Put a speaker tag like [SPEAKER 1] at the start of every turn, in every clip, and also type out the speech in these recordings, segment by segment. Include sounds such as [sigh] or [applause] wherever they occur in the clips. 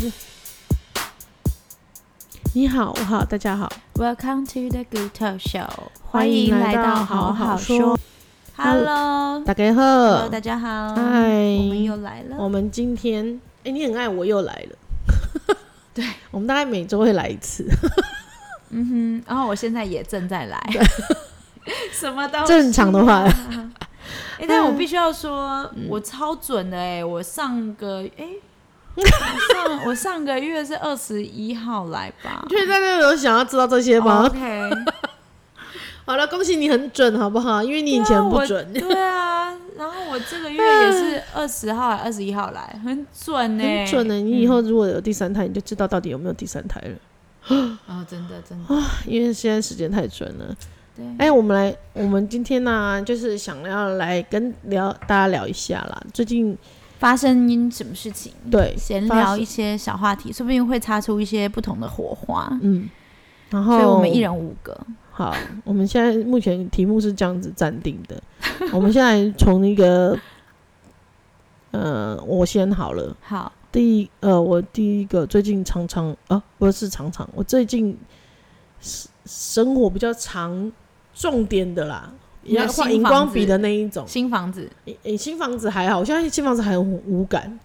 [SPEAKER 1] 是你好，我好，大家好，
[SPEAKER 2] Welcome to the Good Talk Show，
[SPEAKER 1] 欢迎来到好好说。
[SPEAKER 2] Hello，Hello，
[SPEAKER 1] 大家好，
[SPEAKER 2] 大家好，
[SPEAKER 1] 嗨
[SPEAKER 2] 我们又来了
[SPEAKER 1] 我。们今天，哎、你很爱我又来了， [laughs] 对，我们大概每周会来一次，
[SPEAKER 2] 嗯哼，然后我现在也正在来， [laughs] 什么东西？
[SPEAKER 1] 正常的
[SPEAKER 2] [laughs]
[SPEAKER 1] 话。？
[SPEAKER 2] 哎，但我必须要说，我超准的哎！我上个哎，我上我上个月是二十一号来吧哦
[SPEAKER 1] 就是大家有想要知道这些 [laughs] 吗
[SPEAKER 2] OK，
[SPEAKER 1] 好了，恭喜你很准，好不好？因为你以前不准，
[SPEAKER 2] 对啊，然后我这个月也是二十号、二十一号来，很准呢，欸
[SPEAKER 1] 很准欸的、你以后如果有第三胎，你就知道到底有没有第三胎了，
[SPEAKER 2] 哦，真的真的，
[SPEAKER 1] 因为现在时间太准了。
[SPEAKER 2] 对，
[SPEAKER 1] 哎、我们来，我们今天呢、就是想要来跟聊大家聊一下啦。最近
[SPEAKER 2] 发生因什么事情，
[SPEAKER 1] 对，
[SPEAKER 2] 闲
[SPEAKER 1] 发
[SPEAKER 2] 聊
[SPEAKER 1] 生
[SPEAKER 2] 一些小话题，说不定会擦出一些不同的火花。
[SPEAKER 1] 嗯，然后
[SPEAKER 2] 所以我们一人五个，
[SPEAKER 1] 好，我们现在目前题目是这样子暂定的。 [laughs] 我们现在从一个，呃，我先好了。
[SPEAKER 2] 好，
[SPEAKER 1] 第一，呃，我第一个最近常常啊，不是常常，我最近生生活比较常重点的啦，
[SPEAKER 2] 你的
[SPEAKER 1] 要画
[SPEAKER 2] 新
[SPEAKER 1] 荧
[SPEAKER 2] 房
[SPEAKER 1] 光笔
[SPEAKER 2] 子
[SPEAKER 1] 的那一种。
[SPEAKER 2] 新房子，
[SPEAKER 1] 诶、诶新房子还好，我现在新房子很无感。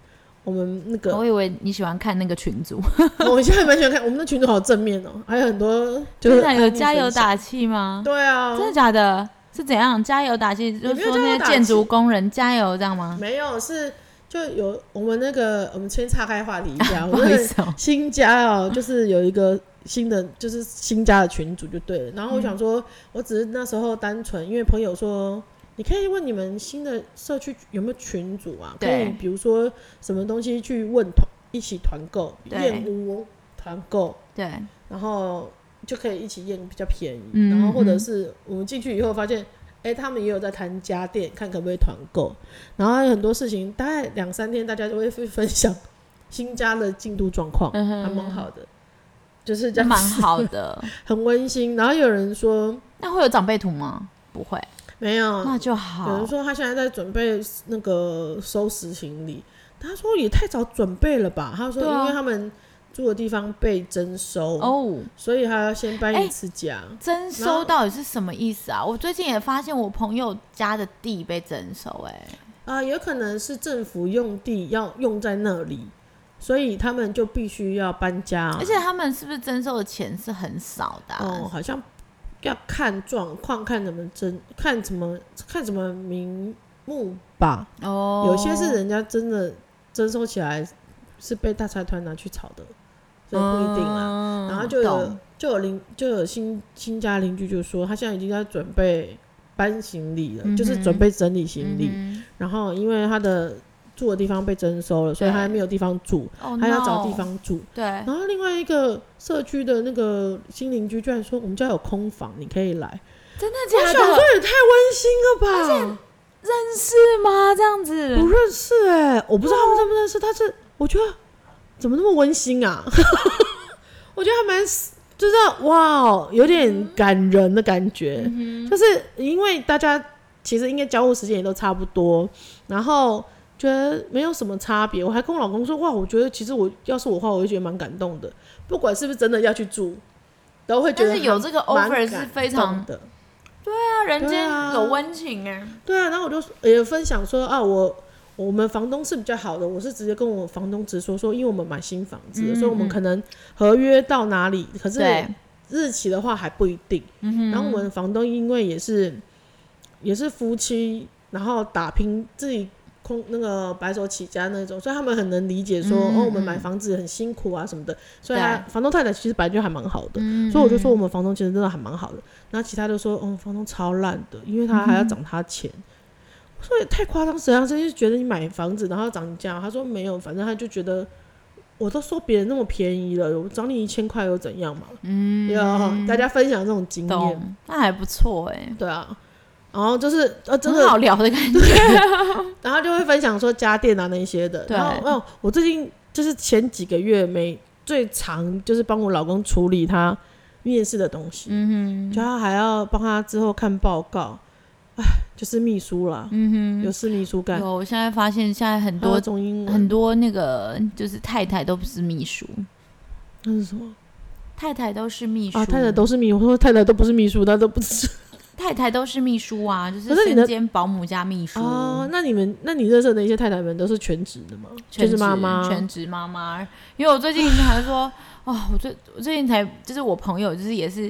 [SPEAKER 1] 我们那个
[SPEAKER 2] 我以为你喜欢看那个群组，
[SPEAKER 1] [laughs] 我现在蛮喜欢看，我们的群主好正面哦、还有很多 [laughs] 就是
[SPEAKER 2] 真的有
[SPEAKER 1] 案例
[SPEAKER 2] 加油
[SPEAKER 1] 分享，
[SPEAKER 2] 打气吗？
[SPEAKER 1] 对啊，
[SPEAKER 2] 真的假的？是怎样加油打气？就
[SPEAKER 1] 没
[SPEAKER 2] 是
[SPEAKER 1] 有
[SPEAKER 2] 说
[SPEAKER 1] 加油
[SPEAKER 2] 那
[SPEAKER 1] 打气
[SPEAKER 2] 些建筑工人加油这样吗？
[SPEAKER 1] 没有是就有我们那个我们先岔开话题一
[SPEAKER 2] [laughs]
[SPEAKER 1] 下，我
[SPEAKER 2] 不好
[SPEAKER 1] 们
[SPEAKER 2] 意
[SPEAKER 1] 那个 [laughs]
[SPEAKER 2] 思哦、
[SPEAKER 1] 新家哦、就是有一个新的就是新家的群主就对了，然后
[SPEAKER 2] 嗯
[SPEAKER 1] 我想说，我只是那时候单纯因为朋友说。你可以问你们新的社区有没有群组啊？可以
[SPEAKER 2] 对，
[SPEAKER 1] 比如说什么东西去问团一起团购，
[SPEAKER 2] 对
[SPEAKER 1] 燕屋团购，
[SPEAKER 2] 对，
[SPEAKER 1] 然后就可以一起验比较便宜。
[SPEAKER 2] 嗯
[SPEAKER 1] 然后或者
[SPEAKER 2] 嗯
[SPEAKER 1] 是我们进去以后发现，哎、他们也有在谈家电，看可不可以团购。然后很多事情，大概两三天，大家就会分分享新家的进度状况，
[SPEAKER 2] 嗯哼
[SPEAKER 1] 还蛮好的，就是这样
[SPEAKER 2] 蛮
[SPEAKER 1] 子，
[SPEAKER 2] 好的。
[SPEAKER 1] 很温馨。然后有人说
[SPEAKER 2] 那会有长辈图吗？不会，
[SPEAKER 1] 没有，
[SPEAKER 2] 那
[SPEAKER 1] 嗯
[SPEAKER 2] 就
[SPEAKER 1] 有人
[SPEAKER 2] 好。
[SPEAKER 1] 说他现在在准备那个收拾行李，他说也太早准备了吧？他说
[SPEAKER 2] 对啊
[SPEAKER 1] 因为他们住的地方被征收，
[SPEAKER 2] 哦，
[SPEAKER 1] 所以他要先搬一
[SPEAKER 2] 哎
[SPEAKER 1] 次家。
[SPEAKER 2] 征
[SPEAKER 1] 然
[SPEAKER 2] 收
[SPEAKER 1] 后
[SPEAKER 2] 到底是什么意思啊？我最近也发现我朋友家的地被征收、哎，
[SPEAKER 1] 啊、有可能是政府用地要用在那里，所以他们就必须要搬家、
[SPEAKER 2] 而且他们是不是征收的钱是很少的、啊？
[SPEAKER 1] 啊哦，好像要看状况，看怎么征，看怎么看怎么名目吧。
[SPEAKER 2] 哦
[SPEAKER 1] 有些是人家真的征收起来是被大财团拿去炒的，所以不一定啦。
[SPEAKER 2] 嗯
[SPEAKER 1] 然后就有
[SPEAKER 2] 懂
[SPEAKER 1] 就有邻就有新新家邻居就说，他现在已经在准备搬行李了，就是
[SPEAKER 2] 嗯
[SPEAKER 1] 准
[SPEAKER 2] 哼
[SPEAKER 1] 备整理行李。
[SPEAKER 2] 嗯
[SPEAKER 1] 然后因为他的住的地方被征收了，所以他
[SPEAKER 2] 对
[SPEAKER 1] 还没有地方住，
[SPEAKER 2] 哼哦，
[SPEAKER 1] 他要找
[SPEAKER 2] no
[SPEAKER 1] 地。方住。
[SPEAKER 2] 对，
[SPEAKER 1] 然后另外一个社区的那个新邻居居然说：“我们家有空房，你可以来。
[SPEAKER 2] 真的”
[SPEAKER 1] 我
[SPEAKER 2] 假
[SPEAKER 1] 想说
[SPEAKER 2] 的？
[SPEAKER 1] 也太温馨了吧！
[SPEAKER 2] 真是吗？这样子
[SPEAKER 1] 不认识哎、我不知道他们认不认识，但是我觉得怎么那么温馨啊？ [laughs] 我觉得还蛮就是哇哦，有点感人的感觉，
[SPEAKER 2] 嗯
[SPEAKER 1] 就是因为大家其实应该交互时间也都差不多，然后。觉得没有什么差别，我还跟我老公说，哇，我觉得其实我要是我的话，我会觉得蛮感动的，不管是不是真的要去住，都会觉
[SPEAKER 2] 但
[SPEAKER 1] 得
[SPEAKER 2] 是有这个
[SPEAKER 1] 还蛮
[SPEAKER 2] offer
[SPEAKER 1] 感
[SPEAKER 2] 是非常
[SPEAKER 1] 动的，
[SPEAKER 2] 那人间
[SPEAKER 1] 对啊
[SPEAKER 2] 有温情哎、
[SPEAKER 1] 对啊，然后我就也分享说啊，我我们房东是比较好的，我是直接跟我房东直说说，因为我们买新房子了，
[SPEAKER 2] 嗯
[SPEAKER 1] 所以我们可能合约到哪里，可是
[SPEAKER 2] 对，嗯
[SPEAKER 1] 日期的话还不一定。然后我们房东因为也是也是夫妻，然后打拼自己空那个白手起家那种，所以他们很能理解说、
[SPEAKER 2] 嗯
[SPEAKER 1] 哦，我们买房子很辛苦啊什么的。所以他
[SPEAKER 2] 对嗯
[SPEAKER 1] 房东太太其实本来就还蛮好的，所以我就说我们房东其实真的还蛮好的。然后其他就说，嗯，房东超烂的，因为他
[SPEAKER 2] 嗯
[SPEAKER 1] 还要涨他钱。我说也太夸张，谁让谁就觉得你买房子然后涨价？他说没有，反正他就觉得我都说别人那么便宜了，我涨你一千块又怎样嘛？嗯，有大家分享这种经验，
[SPEAKER 2] 懂，那还不错哎、
[SPEAKER 1] 对啊。然后就是呃，真的
[SPEAKER 2] 很好聊的感觉。
[SPEAKER 1] 然后就会分享说家电啊那些的。
[SPEAKER 2] 对
[SPEAKER 1] 然后哦，我最近就是前几个月没最长就是帮我老公处理他面试的东西，
[SPEAKER 2] 嗯
[SPEAKER 1] 就他还要帮他之后看报告，就是秘书啦，
[SPEAKER 2] 嗯
[SPEAKER 1] 有事秘书干
[SPEAKER 2] 哼，，有。我现在发现现在很
[SPEAKER 1] 还有
[SPEAKER 2] 多
[SPEAKER 1] 中英文，
[SPEAKER 2] 很多那个就是太太都不是秘书，
[SPEAKER 1] 那是什么
[SPEAKER 2] 太太都是秘书，
[SPEAKER 1] 啊？太太都是秘，我说太太都不是秘书，她都不是
[SPEAKER 2] 太太都是秘书啊，就是
[SPEAKER 1] 可是你的
[SPEAKER 2] 身兼保姆加秘书，
[SPEAKER 1] 啊。 [laughs] 那你们，那你认识的一些太太们都是全职的吗？
[SPEAKER 2] 全
[SPEAKER 1] 就
[SPEAKER 2] 职
[SPEAKER 1] 是妈妈，
[SPEAKER 2] 全职妈妈。因为我最近还说， [laughs] 哦，我最我最近才就是我朋友就是也是，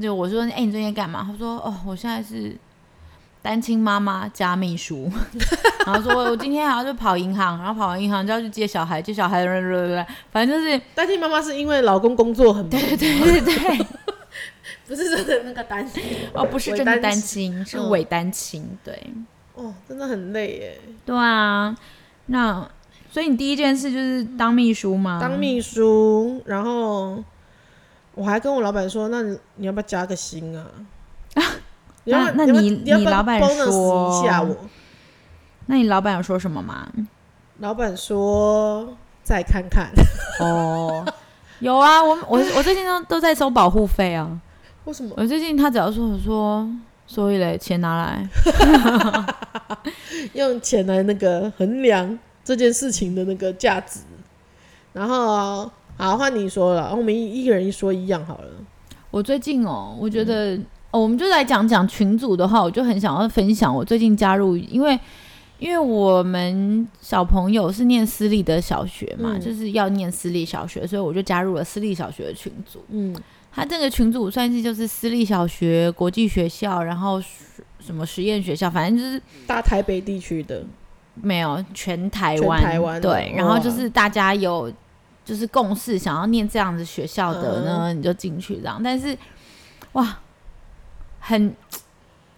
[SPEAKER 2] 就我说，哎、你最近在干嘛？他说，哦，我现在是单亲妈妈加秘书，
[SPEAKER 1] [laughs]
[SPEAKER 2] 然后说我今天好像就跑银行，然后跑完银行就要去接小孩，接小孩，反正就是
[SPEAKER 1] 单亲妈妈是因为老公工作很忙，
[SPEAKER 2] 对 [laughs] 对对对。
[SPEAKER 1] [laughs] 不是真的那个单亲
[SPEAKER 2] 哦，不是
[SPEAKER 1] 伪
[SPEAKER 2] 真的
[SPEAKER 1] 单
[SPEAKER 2] 单亲，是
[SPEAKER 1] 嗯
[SPEAKER 2] 伪单亲，对
[SPEAKER 1] 哦，真的很累耶。
[SPEAKER 2] 对啊。那所以你第一件事就是当秘书吗？
[SPEAKER 1] 当秘书，然后我还跟我老板说，那你你要不要加个薪 [laughs] 啊？你要不要
[SPEAKER 2] 那那
[SPEAKER 1] 要不要
[SPEAKER 2] 你
[SPEAKER 1] 要不
[SPEAKER 2] 你
[SPEAKER 1] 要
[SPEAKER 2] 老板
[SPEAKER 1] bonus
[SPEAKER 2] 说
[SPEAKER 1] 一下我？
[SPEAKER 2] 那你老板有说什么吗？
[SPEAKER 1] 老板说再看看，
[SPEAKER 2] 哦， [laughs] 有啊，我我我最近都都在收保护费啊。
[SPEAKER 1] 为什么？
[SPEAKER 2] 我最近他只要说我说，所以嘞，钱拿来，
[SPEAKER 1] 用钱来那个衡量这件事情的那个价值。然后好，换你说了，我们一一个人一说一样好了。
[SPEAKER 2] 我最近哦，我觉得、哦，我们就来讲讲群组的话，我就很想要分享我最近加入，因为因为我们小朋友是念私立的小学嘛，
[SPEAKER 1] 嗯
[SPEAKER 2] 就是要念私立小学，所以我就加入了私立小学的群组。
[SPEAKER 1] 嗯，
[SPEAKER 2] 他这个群组算是就是私立小学、国际学校，然后什么实验学校，反正就是
[SPEAKER 1] 大台北地区的，
[SPEAKER 2] 嗯没有全台
[SPEAKER 1] 全
[SPEAKER 2] 湾，
[SPEAKER 1] 台湾的
[SPEAKER 2] 对，然后就
[SPEAKER 1] 哇
[SPEAKER 2] 是大家有就是共识，想要念这样子学校的
[SPEAKER 1] 嗯
[SPEAKER 2] 呢，你就进去这样。但是哇，很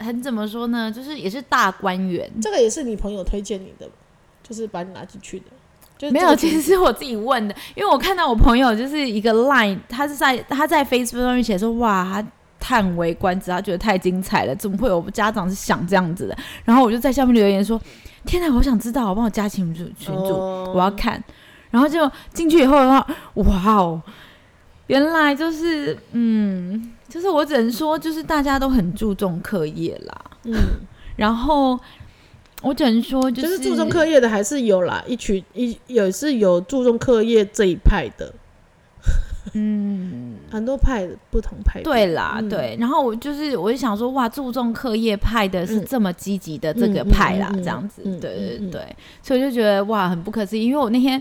[SPEAKER 2] 很怎么说呢？就是也是大观园，
[SPEAKER 1] 这个也是你朋友推荐你的，就是把你拉进去的。就是
[SPEAKER 2] 没
[SPEAKER 1] 这
[SPEAKER 2] 有，
[SPEAKER 1] 个
[SPEAKER 2] 其实是我自己问的，因为我看到我朋友就是一个 line，他是在他在 Facebook 上面写说，哇，他叹为观止，他觉得太精彩了，怎么会有家长是想这样子的？然后我就在下面留言说，天哪，我想知道，我帮我加群主群主，
[SPEAKER 1] 哦
[SPEAKER 2] 我要看。然后就进去以后的话，哇哦，原来就是嗯，就是我只能说，就是大家都很注重课业啦，
[SPEAKER 1] 嗯。
[SPEAKER 2] 然后。我只能说、 [laughs] 就，
[SPEAKER 1] 就是是注重课业的还是有啦，一群一也是有注重课业这一派的，嗯， [laughs] 很多派的不同派别
[SPEAKER 2] 对啦，
[SPEAKER 1] 嗯
[SPEAKER 2] 对。然后我就是，我就想说，哇，注重课业派的是
[SPEAKER 1] 嗯
[SPEAKER 2] 这么积极的这个
[SPEAKER 1] 嗯嗯
[SPEAKER 2] 派啦，
[SPEAKER 1] 嗯嗯
[SPEAKER 2] 这样子，
[SPEAKER 1] 嗯
[SPEAKER 2] 对
[SPEAKER 1] 嗯
[SPEAKER 2] 对
[SPEAKER 1] 嗯
[SPEAKER 2] 对。所以我就觉得哇，很不可思议，因为我那天。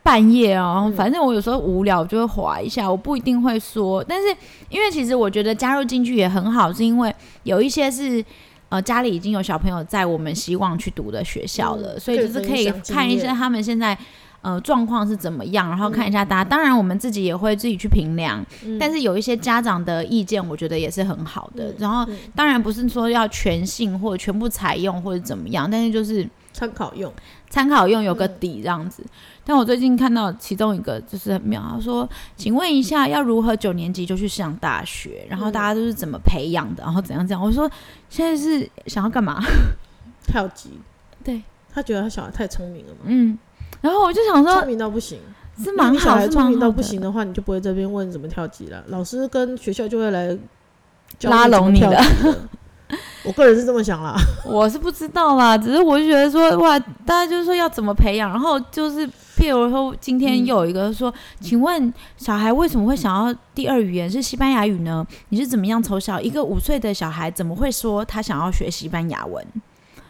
[SPEAKER 2] 半夜哦、
[SPEAKER 1] 嗯
[SPEAKER 2] 反正我有时候无聊我就会划一下，我不一定会说，但是因为其实我觉得加入进去也很好，是因为有一些是呃家里已经有小朋友在我们希望去读的学校了，
[SPEAKER 1] 嗯
[SPEAKER 2] 所以就是可
[SPEAKER 1] 可以
[SPEAKER 2] 以看一
[SPEAKER 1] 分享经
[SPEAKER 2] 下
[SPEAKER 1] 验嗯
[SPEAKER 2] 他们现在呃状况是怎么样，然后看一下大家，当然我们自己也会自己去评量，但是有一些家长的意见，我觉得也是很好
[SPEAKER 1] 嗯
[SPEAKER 2] 的。然后当然不是说要全信或者全部采用或者怎么样，但是就是
[SPEAKER 1] 参考用，
[SPEAKER 2] 参考用有个底这样子。
[SPEAKER 1] 嗯
[SPEAKER 2] 但我最近看到其中一个就是很妙，他说：“请问一下，要如何九年级就去上大学？然后大家都是怎么培养的？然后怎样怎样？”我说：“现在是想要干嘛
[SPEAKER 1] 跳级，
[SPEAKER 2] 对
[SPEAKER 1] 他觉得他小孩太聪明了？”嘛，
[SPEAKER 2] 嗯，然后我就想
[SPEAKER 1] 聪
[SPEAKER 2] 说，
[SPEAKER 1] 明到不行，
[SPEAKER 2] 是
[SPEAKER 1] 那
[SPEAKER 2] 蛮
[SPEAKER 1] 你小
[SPEAKER 2] 好，
[SPEAKER 1] 孩
[SPEAKER 2] 是
[SPEAKER 1] 聪
[SPEAKER 2] 蛮
[SPEAKER 1] 明
[SPEAKER 2] 好
[SPEAKER 1] 到不
[SPEAKER 2] 的。
[SPEAKER 1] 行的话，你就不会这边问怎么跳级了，老师跟学校就会来教
[SPEAKER 2] 拉拢
[SPEAKER 1] 你
[SPEAKER 2] 你
[SPEAKER 1] 怎么
[SPEAKER 2] 的
[SPEAKER 1] 跳级的。我个人是这么想啦，
[SPEAKER 2] 我是不知道啦，只是我就觉得说，哇，大家就是说要怎么培养，然后就是，譬如说今天
[SPEAKER 1] 嗯
[SPEAKER 2] 又有一个说，请问小孩为什么会想要第二语言是西班牙语呢？你是怎么样从小一个五岁的小孩怎么会说他想要学西班牙文？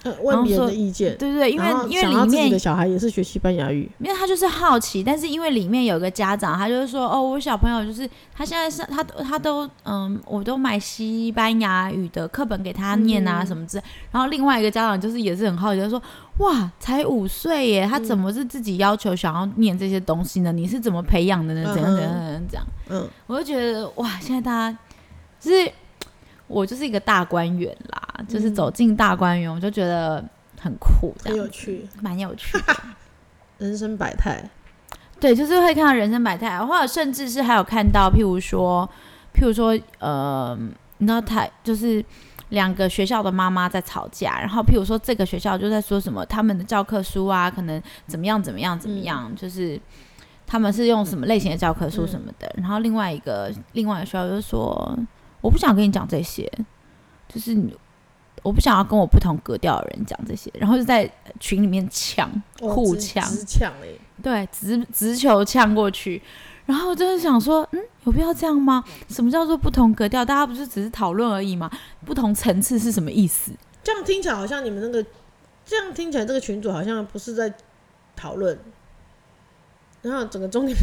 [SPEAKER 1] 呃问别人
[SPEAKER 2] 然后说
[SPEAKER 1] 的意见，
[SPEAKER 2] 对不对？因为
[SPEAKER 1] 然后
[SPEAKER 2] 因为
[SPEAKER 1] 啊想要
[SPEAKER 2] 里
[SPEAKER 1] 自己
[SPEAKER 2] 面
[SPEAKER 1] 的小孩也是学西班牙语，
[SPEAKER 2] 因为他就是好奇，但是因为里面有个家长，他就是说，哦，我小朋友就是他现在是他他都嗯，我都买西班牙语的课本给他念啊、
[SPEAKER 1] 嗯
[SPEAKER 2] 什么之类。然后另外一个家长就是也是很好奇，他说，哇，才五岁耶，他怎么是自己要求想要念这些东西呢？你是怎么培养的呢？怎
[SPEAKER 1] 嗯
[SPEAKER 2] 样
[SPEAKER 1] 哼
[SPEAKER 2] 怎样怎样怎样？
[SPEAKER 1] 嗯，
[SPEAKER 2] 我就觉得哇，现在大家就是我就是一个大观园啦，就是走进大观园，我就觉得很酷，
[SPEAKER 1] 嗯
[SPEAKER 2] 这
[SPEAKER 1] 很有
[SPEAKER 2] 样
[SPEAKER 1] 趣，
[SPEAKER 2] 蛮有趣的。
[SPEAKER 1] 人生百态，
[SPEAKER 2] 对，就是会看到人生百态，或者甚至是还有看到，譬如说，譬如说，呃，你知道台就是两个学校的妈妈在吵架，然后譬如说这个学校就在说什么他们的教科书啊，可能怎么样怎么样怎么样，就是他们是用什么类型的教科书什么的，然后另外一个另外一个学校就说我不想跟你讲这些，就是你我不想要跟我不同格调的人讲这些，然后就在群里面呛，
[SPEAKER 1] 哦
[SPEAKER 2] 互
[SPEAKER 1] 直
[SPEAKER 2] 呛
[SPEAKER 1] 直呛哎、
[SPEAKER 2] 对，直直球呛过去。然后我就是想说，嗯，有必要这样吗？什么叫做不同格调？大家不是只是讨论而已吗？不同层次是什么意思？
[SPEAKER 1] 这样听起来好像你们那个，这样听起来这个群主好像不是在讨论，然后整个重点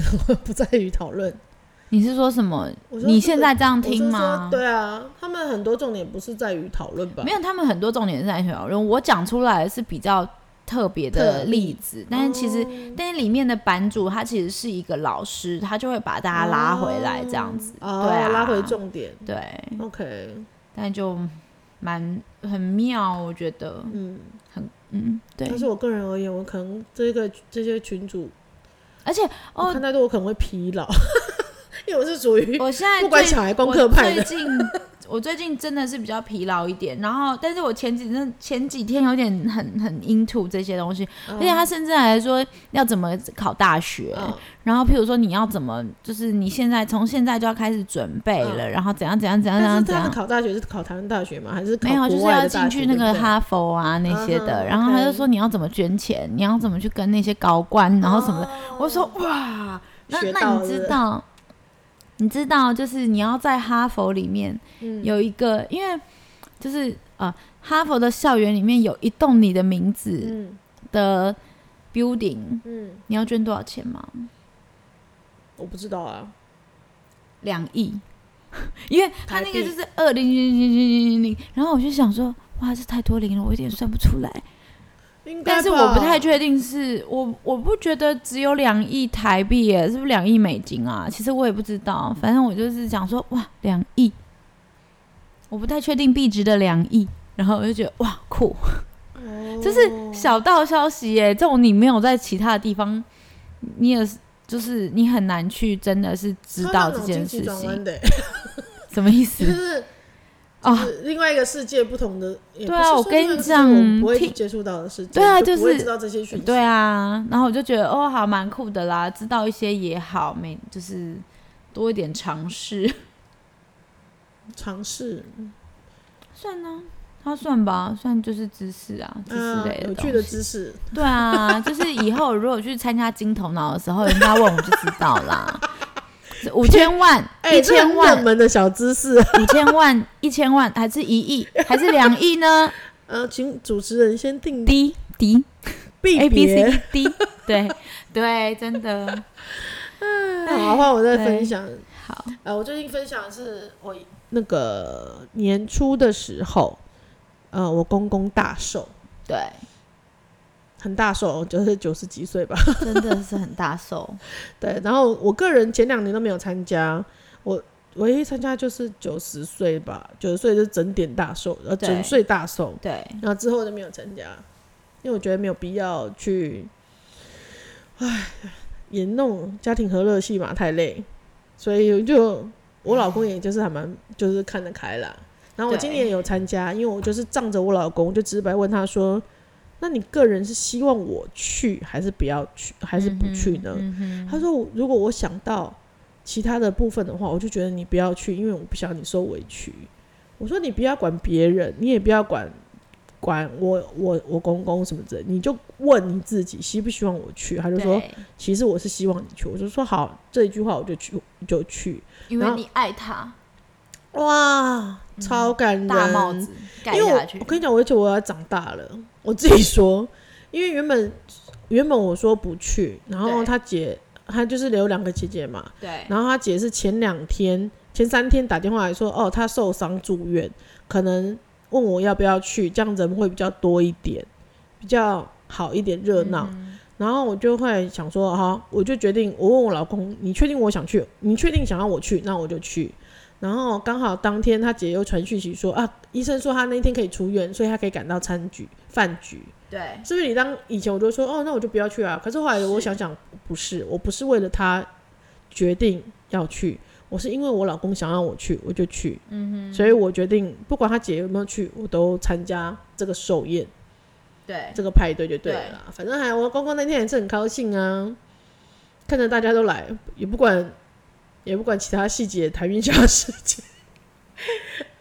[SPEAKER 1] 不在于讨论。
[SPEAKER 2] 你是说什么？
[SPEAKER 1] 我说这个
[SPEAKER 2] 你现在这样
[SPEAKER 1] 我是
[SPEAKER 2] 听
[SPEAKER 1] 说
[SPEAKER 2] 吗？
[SPEAKER 1] 对啊，他们很多重点不是在于讨论吧？
[SPEAKER 2] 没有，他们很多重点是在讨论。我讲出来的是比较特别的
[SPEAKER 1] 特哦
[SPEAKER 2] 例子，但是其实，但是里面的版主他其实是一个老师，他就会把大家拉回来这样子。
[SPEAKER 1] 哦，
[SPEAKER 2] 对啊
[SPEAKER 1] 拉回重点。
[SPEAKER 2] 对，啊
[SPEAKER 1] OK，
[SPEAKER 2] 但就蛮很妙，我觉得，
[SPEAKER 1] 嗯，
[SPEAKER 2] 嗯，对
[SPEAKER 1] 但。是我个人而言，我可能这个这些群主，
[SPEAKER 2] 而且
[SPEAKER 1] 我
[SPEAKER 2] 哦，
[SPEAKER 1] 看太多我可能会疲劳， [laughs] 因为我是属于
[SPEAKER 2] 我现在
[SPEAKER 1] [laughs] 不管
[SPEAKER 2] 最
[SPEAKER 1] 小孩功课派
[SPEAKER 2] 我最
[SPEAKER 1] 的，
[SPEAKER 2] 近 [laughs] 我最近真的是比较疲劳一点，然后但是我前几天前几天有点很很 into 这些东西，而且他甚至还说要怎么考大学，
[SPEAKER 1] 嗯
[SPEAKER 2] 然后譬如说你要怎么，就是你现在从现在就要开始准备了，
[SPEAKER 1] 嗯
[SPEAKER 2] 然后怎样怎样怎样怎
[SPEAKER 1] 但
[SPEAKER 2] 样
[SPEAKER 1] 是
[SPEAKER 2] 怎
[SPEAKER 1] 他们
[SPEAKER 2] 样。
[SPEAKER 1] 考大学是考台湾大学吗？还是考
[SPEAKER 2] 没有，就是
[SPEAKER 1] 国外
[SPEAKER 2] 要
[SPEAKER 1] 的
[SPEAKER 2] 进
[SPEAKER 1] 大
[SPEAKER 2] 去
[SPEAKER 1] 学
[SPEAKER 2] 那
[SPEAKER 1] 对
[SPEAKER 2] 个
[SPEAKER 1] 不对
[SPEAKER 2] 哈佛啊那些
[SPEAKER 1] 嗯
[SPEAKER 2] 的，
[SPEAKER 1] 哼
[SPEAKER 2] 然后他就
[SPEAKER 1] OK
[SPEAKER 2] 说你要怎么捐钱，你要怎么去跟那些高官，然后什么的。我说哇，那
[SPEAKER 1] 哦学
[SPEAKER 2] 那
[SPEAKER 1] 到
[SPEAKER 2] 你
[SPEAKER 1] 了
[SPEAKER 2] 知道，你知道就是你要在哈佛里面
[SPEAKER 1] 嗯
[SPEAKER 2] 有一个，因为就是呃哈佛的校园里面有一栋你的名字
[SPEAKER 1] 嗯
[SPEAKER 2] 的 building，
[SPEAKER 1] 嗯，
[SPEAKER 2] 你要捐多少钱吗？
[SPEAKER 1] 我不知道啊，
[SPEAKER 2] 两亿， [laughs] 因为他
[SPEAKER 1] 台
[SPEAKER 2] 那个
[SPEAKER 1] 币
[SPEAKER 2] 就是二零零零零零零零，然后我就想说，哇，这太多零了，我有点算不出来。
[SPEAKER 1] 应该
[SPEAKER 2] 但是
[SPEAKER 1] 吧
[SPEAKER 2] 我不太确定是，我我不觉得只有两亿台币耶，是不是两亿美金啊？其实我也不知道，反正我就是想说，哇，两亿，我不太确定币值的两亿，然后我就觉得哇酷，
[SPEAKER 1] 哦
[SPEAKER 2] 就是小道消息耶，这种你没有在其他的地方，你也是就是你很难去真的是知
[SPEAKER 1] 他
[SPEAKER 2] 道
[SPEAKER 1] 啊那
[SPEAKER 2] 这
[SPEAKER 1] 种
[SPEAKER 2] 件
[SPEAKER 1] 惊
[SPEAKER 2] 事
[SPEAKER 1] 奇转
[SPEAKER 2] 情，
[SPEAKER 1] 弯
[SPEAKER 2] [laughs]
[SPEAKER 1] 的欸，
[SPEAKER 2] 什么意
[SPEAKER 1] 就
[SPEAKER 2] 思？
[SPEAKER 1] 是
[SPEAKER 2] 哦
[SPEAKER 1] 就是另外一个世界不同的，也不
[SPEAKER 2] 对啊
[SPEAKER 1] 是说
[SPEAKER 2] 我跟你
[SPEAKER 1] 另外一个世界
[SPEAKER 2] 讲
[SPEAKER 1] 我们不会
[SPEAKER 2] 听
[SPEAKER 1] 接触到的世界，
[SPEAKER 2] 对啊
[SPEAKER 1] 就不
[SPEAKER 2] 就
[SPEAKER 1] 会
[SPEAKER 2] 是
[SPEAKER 1] 知道这些讯息，
[SPEAKER 2] 对啊，然后我就觉得哦，好蛮酷的啦，知道一些也好，没就是多一点尝
[SPEAKER 1] [laughs]
[SPEAKER 2] 试。
[SPEAKER 1] 尝试
[SPEAKER 2] 算呢、它算吧，算就是知识啊，知识
[SPEAKER 1] 啊
[SPEAKER 2] 类的、
[SPEAKER 1] 有趣的。知识，
[SPEAKER 2] 对啊，就是以后如果去参加金头脑的时候，人家问我就知道
[SPEAKER 1] [laughs]
[SPEAKER 2] 啦。五千万，
[SPEAKER 1] 哎，
[SPEAKER 2] 一
[SPEAKER 1] 这很
[SPEAKER 2] 千万
[SPEAKER 1] 冷，门的小知识， [laughs]
[SPEAKER 2] 五千万，一千万，还是一亿，还是两亿
[SPEAKER 1] [laughs]
[SPEAKER 2] 呢
[SPEAKER 1] 呃，请主持人先定
[SPEAKER 2] ？D D
[SPEAKER 1] 避
[SPEAKER 2] A B
[SPEAKER 1] 别
[SPEAKER 2] C D，对对，真的
[SPEAKER 1] [laughs] 好，换我再
[SPEAKER 2] 对
[SPEAKER 1] 分享。
[SPEAKER 2] 哎好。
[SPEAKER 1] 呃，我最近分享的是我那个年初的时候，呃，我公公大寿，
[SPEAKER 2] 对，
[SPEAKER 1] 很大寿，就是九十几岁吧。
[SPEAKER 2] 真的是很大寿。
[SPEAKER 1] 对，然后我个人前两年都没有参加，我唯一参加就是九十岁吧，九十岁就是整点大寿，呃，
[SPEAKER 2] 对
[SPEAKER 1] 整岁大寿，
[SPEAKER 2] 对，
[SPEAKER 1] 然后之后就没有参加，因为我觉得没有必要去，唉，也弄家庭和乐戏嘛，太累，所以就我老公也就是还蛮就是看得开啦。然后我
[SPEAKER 2] 对
[SPEAKER 1] 今年有参加，因为我就是仗着我老公，我就直白问他说：“那你个人是希望我去还是不要去，还是不去呢？”
[SPEAKER 2] 嗯
[SPEAKER 1] 他说我：“如果我想到其他的部分的话，我就觉得你不要去，因为我不想你受委屈。”我说：“你不要管别人，你也不要管管我我我公公什么的，你就问你自己希不希望我去。”他就
[SPEAKER 2] 哼，
[SPEAKER 1] 说
[SPEAKER 2] 对：“
[SPEAKER 1] 其实我是希望你去。”我就说：“好，这一句话我就去就去。
[SPEAKER 2] 因
[SPEAKER 1] 然
[SPEAKER 2] 为
[SPEAKER 1] 后
[SPEAKER 2] 你爱他，”
[SPEAKER 1] 哇，超感人！
[SPEAKER 2] 大帽子盖
[SPEAKER 1] 因为
[SPEAKER 2] 下
[SPEAKER 1] 我
[SPEAKER 2] 去
[SPEAKER 1] 我。跟你讲，我觉得我要长大了，我自己说，因为原本原本我说不去，然后
[SPEAKER 2] 对
[SPEAKER 1] 他姐他就是留两个姐姐嘛，
[SPEAKER 2] 对，
[SPEAKER 1] 然后他姐是前两天、前三天打电话来说，哦，她受伤住院，可能问我要不要去，这样人会比较多一点，比较好一点热闹。然后我就会想说，好，我就决定，我问我老公，你确定我想去？你确定想要我去？那我就去。然后刚好当天他姐又传讯息说啊，医生说他那天可以出院，所以他可以赶到餐局饭局。
[SPEAKER 2] 对，
[SPEAKER 1] 是不是你当以前我就说哦，那我就不要去啊？可是后来我想想，不是，我不是为了他决定要去，我是因为我老公想让我去，我就去。嗯哼，所以我决定不管他姐有没有去，我都参加这个寿宴、
[SPEAKER 2] 对，
[SPEAKER 1] 这个派对就对了啦。反正还有我公公那天也是很高兴啊，看着大家都来，也不管也不管其他细节、台面下的事情，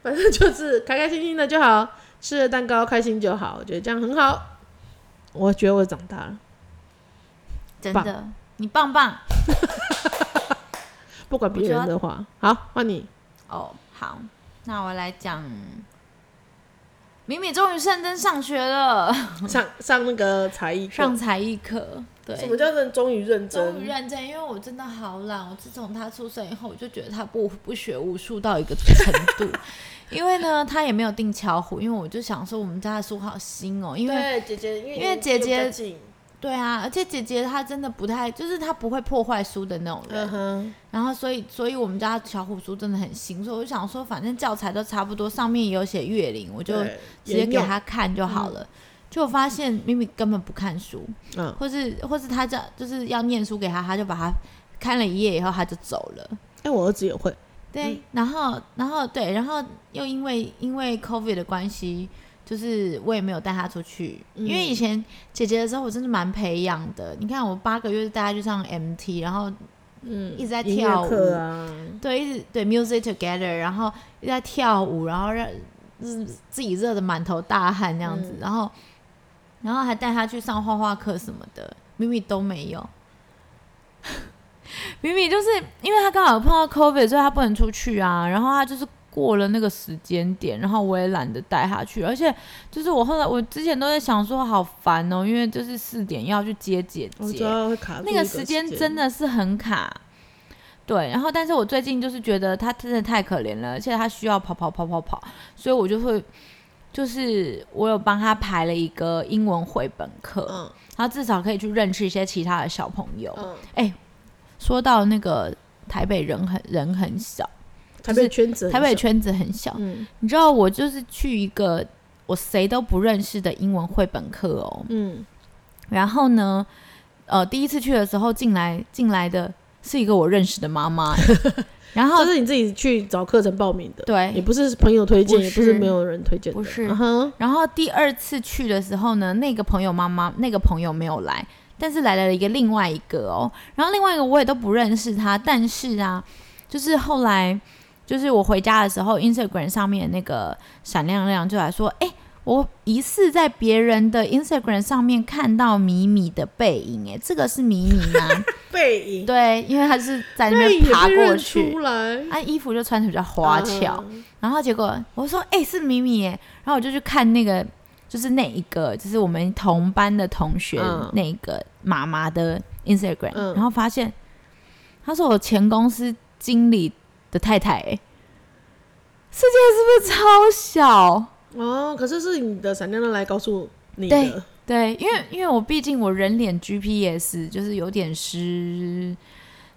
[SPEAKER 1] 反正就是开开心心的就好。吃了蛋糕开心就好，我觉得这样很好。我觉得我长大了，
[SPEAKER 2] 真
[SPEAKER 1] 棒
[SPEAKER 2] 的，你棒棒
[SPEAKER 1] 不管别人的话，好，换你。
[SPEAKER 2] 哦。好，那我来讲，米米终于认真上学了，
[SPEAKER 1] [laughs] 上上那个才艺课，
[SPEAKER 2] 上才艺课，对，
[SPEAKER 1] 什么叫认终于认
[SPEAKER 2] 终
[SPEAKER 1] 真？
[SPEAKER 2] 于认真，因为我真的好懒。我自从他出生以后，我就觉得他不不学无术到一个程度。
[SPEAKER 1] [laughs]
[SPEAKER 2] 因为呢，他也没有订巧虎，因为我就想说我们家的书好新哦。因为
[SPEAKER 1] 对姐姐，因为
[SPEAKER 2] 因为姐姐
[SPEAKER 1] 又比较近
[SPEAKER 2] 对啊，而且姐姐她真的不太，就是她不会破坏书的那种
[SPEAKER 1] 嗯
[SPEAKER 2] 人。
[SPEAKER 1] 哼，
[SPEAKER 2] 然后所以所以我们家巧虎书真的很新，所以我就想说，反正教材都差不多，上面也有写月龄，我就
[SPEAKER 1] 对
[SPEAKER 2] 直接
[SPEAKER 1] 沿
[SPEAKER 2] 给
[SPEAKER 1] 用
[SPEAKER 2] 他看就好了。就我发现咪咪根本不看书，
[SPEAKER 1] 嗯，
[SPEAKER 2] 或是或是他叫就是要念书给他，他就把他看了一页以后他就走了。
[SPEAKER 1] 哎，我儿子也会，
[SPEAKER 2] 对，然后然后对，然后又因为因为 COVID 的关系，就是我也没有带他出去，
[SPEAKER 1] 嗯
[SPEAKER 2] 因为以前姐姐的时候我真的蛮培养的。你看我八个月带他去上 MT，然后
[SPEAKER 1] 嗯，
[SPEAKER 2] 一直在
[SPEAKER 1] 音
[SPEAKER 2] 跳
[SPEAKER 1] 乐
[SPEAKER 2] 舞，
[SPEAKER 1] 课啊，
[SPEAKER 2] 对，一直对 music together，然后一直在跳舞，然后让自自己热的满头大汗那样子，
[SPEAKER 1] 嗯
[SPEAKER 2] 然后然后还带他去上画画课什么的，明明都没有。 [laughs] 明明就是因为他刚好碰到 COVID，所以他不能出去啊。然后他就是过了那个时间点，然后我也懒得带他去。而且就是我后来我之前都在想说，好烦哦，因为就是四点要去接姐
[SPEAKER 1] 我知
[SPEAKER 2] 姐，
[SPEAKER 1] 道会卡住啊
[SPEAKER 2] 那
[SPEAKER 1] 一个
[SPEAKER 2] 个时间真的是很卡。对，然后但是我最近就是觉得他真的太可怜了，而且他需要跑跑跑跑跑，所以我就会，就是我有帮他排了一个英文绘本课，
[SPEAKER 1] 嗯
[SPEAKER 2] 他至少可以去认识一些其他的小朋友。哎
[SPEAKER 1] 嗯，
[SPEAKER 2] 说到那个台北人很人很小，
[SPEAKER 1] 台北圈子很小，
[SPEAKER 2] 台北圈子很小，
[SPEAKER 1] 嗯
[SPEAKER 2] 你知道我就是去一个我谁都不认识的英文绘本课哦，
[SPEAKER 1] 嗯，
[SPEAKER 2] 然后呢，呃，第一次去的时候进来进来的是一个我认识的妈妈，然后
[SPEAKER 1] 嗯这是你自己去找课程报名的，也
[SPEAKER 2] 对，
[SPEAKER 1] 不是朋友推荐，
[SPEAKER 2] 不
[SPEAKER 1] 也不是
[SPEAKER 2] 是
[SPEAKER 1] 没有人推荐的，
[SPEAKER 2] 不是
[SPEAKER 1] 嗯哼，
[SPEAKER 2] 然后第二次去的时候呢，那个朋友妈妈那个朋友没有来，但是来了一个另外一个哦，然后另外一个我也都不认识他，但是啊，就是后来就是我回家的时候，Instagram 上面那个闪亮亮就来说，哎。我疑似在别人的 Instagram 上面看到米米的背影，哎，这个是米米吗？
[SPEAKER 1] 背影，
[SPEAKER 2] 对，因为他是在那
[SPEAKER 1] 背
[SPEAKER 2] 边
[SPEAKER 1] 影
[SPEAKER 2] 爬
[SPEAKER 1] 被
[SPEAKER 2] 过
[SPEAKER 1] 认
[SPEAKER 2] 去
[SPEAKER 1] 出，来，嗯
[SPEAKER 2] 啊，衣服就穿的比较花俏。然后结果我说：“哎、是米米耶。”然后我就去看那个，就是那一个，就是我们同班的同学、
[SPEAKER 1] 嗯
[SPEAKER 2] 那个妈妈的 Instagram，、
[SPEAKER 1] 嗯
[SPEAKER 2] 然后发现她是我前公司经理的太太、哎，世界是不是超小？
[SPEAKER 1] 嗯哦，可是是你的闪亮亮来告诉你
[SPEAKER 2] 对
[SPEAKER 1] 的，
[SPEAKER 2] 对，因
[SPEAKER 1] 嗯
[SPEAKER 2] 为因为我毕竟我人脸 GPS 就是有点失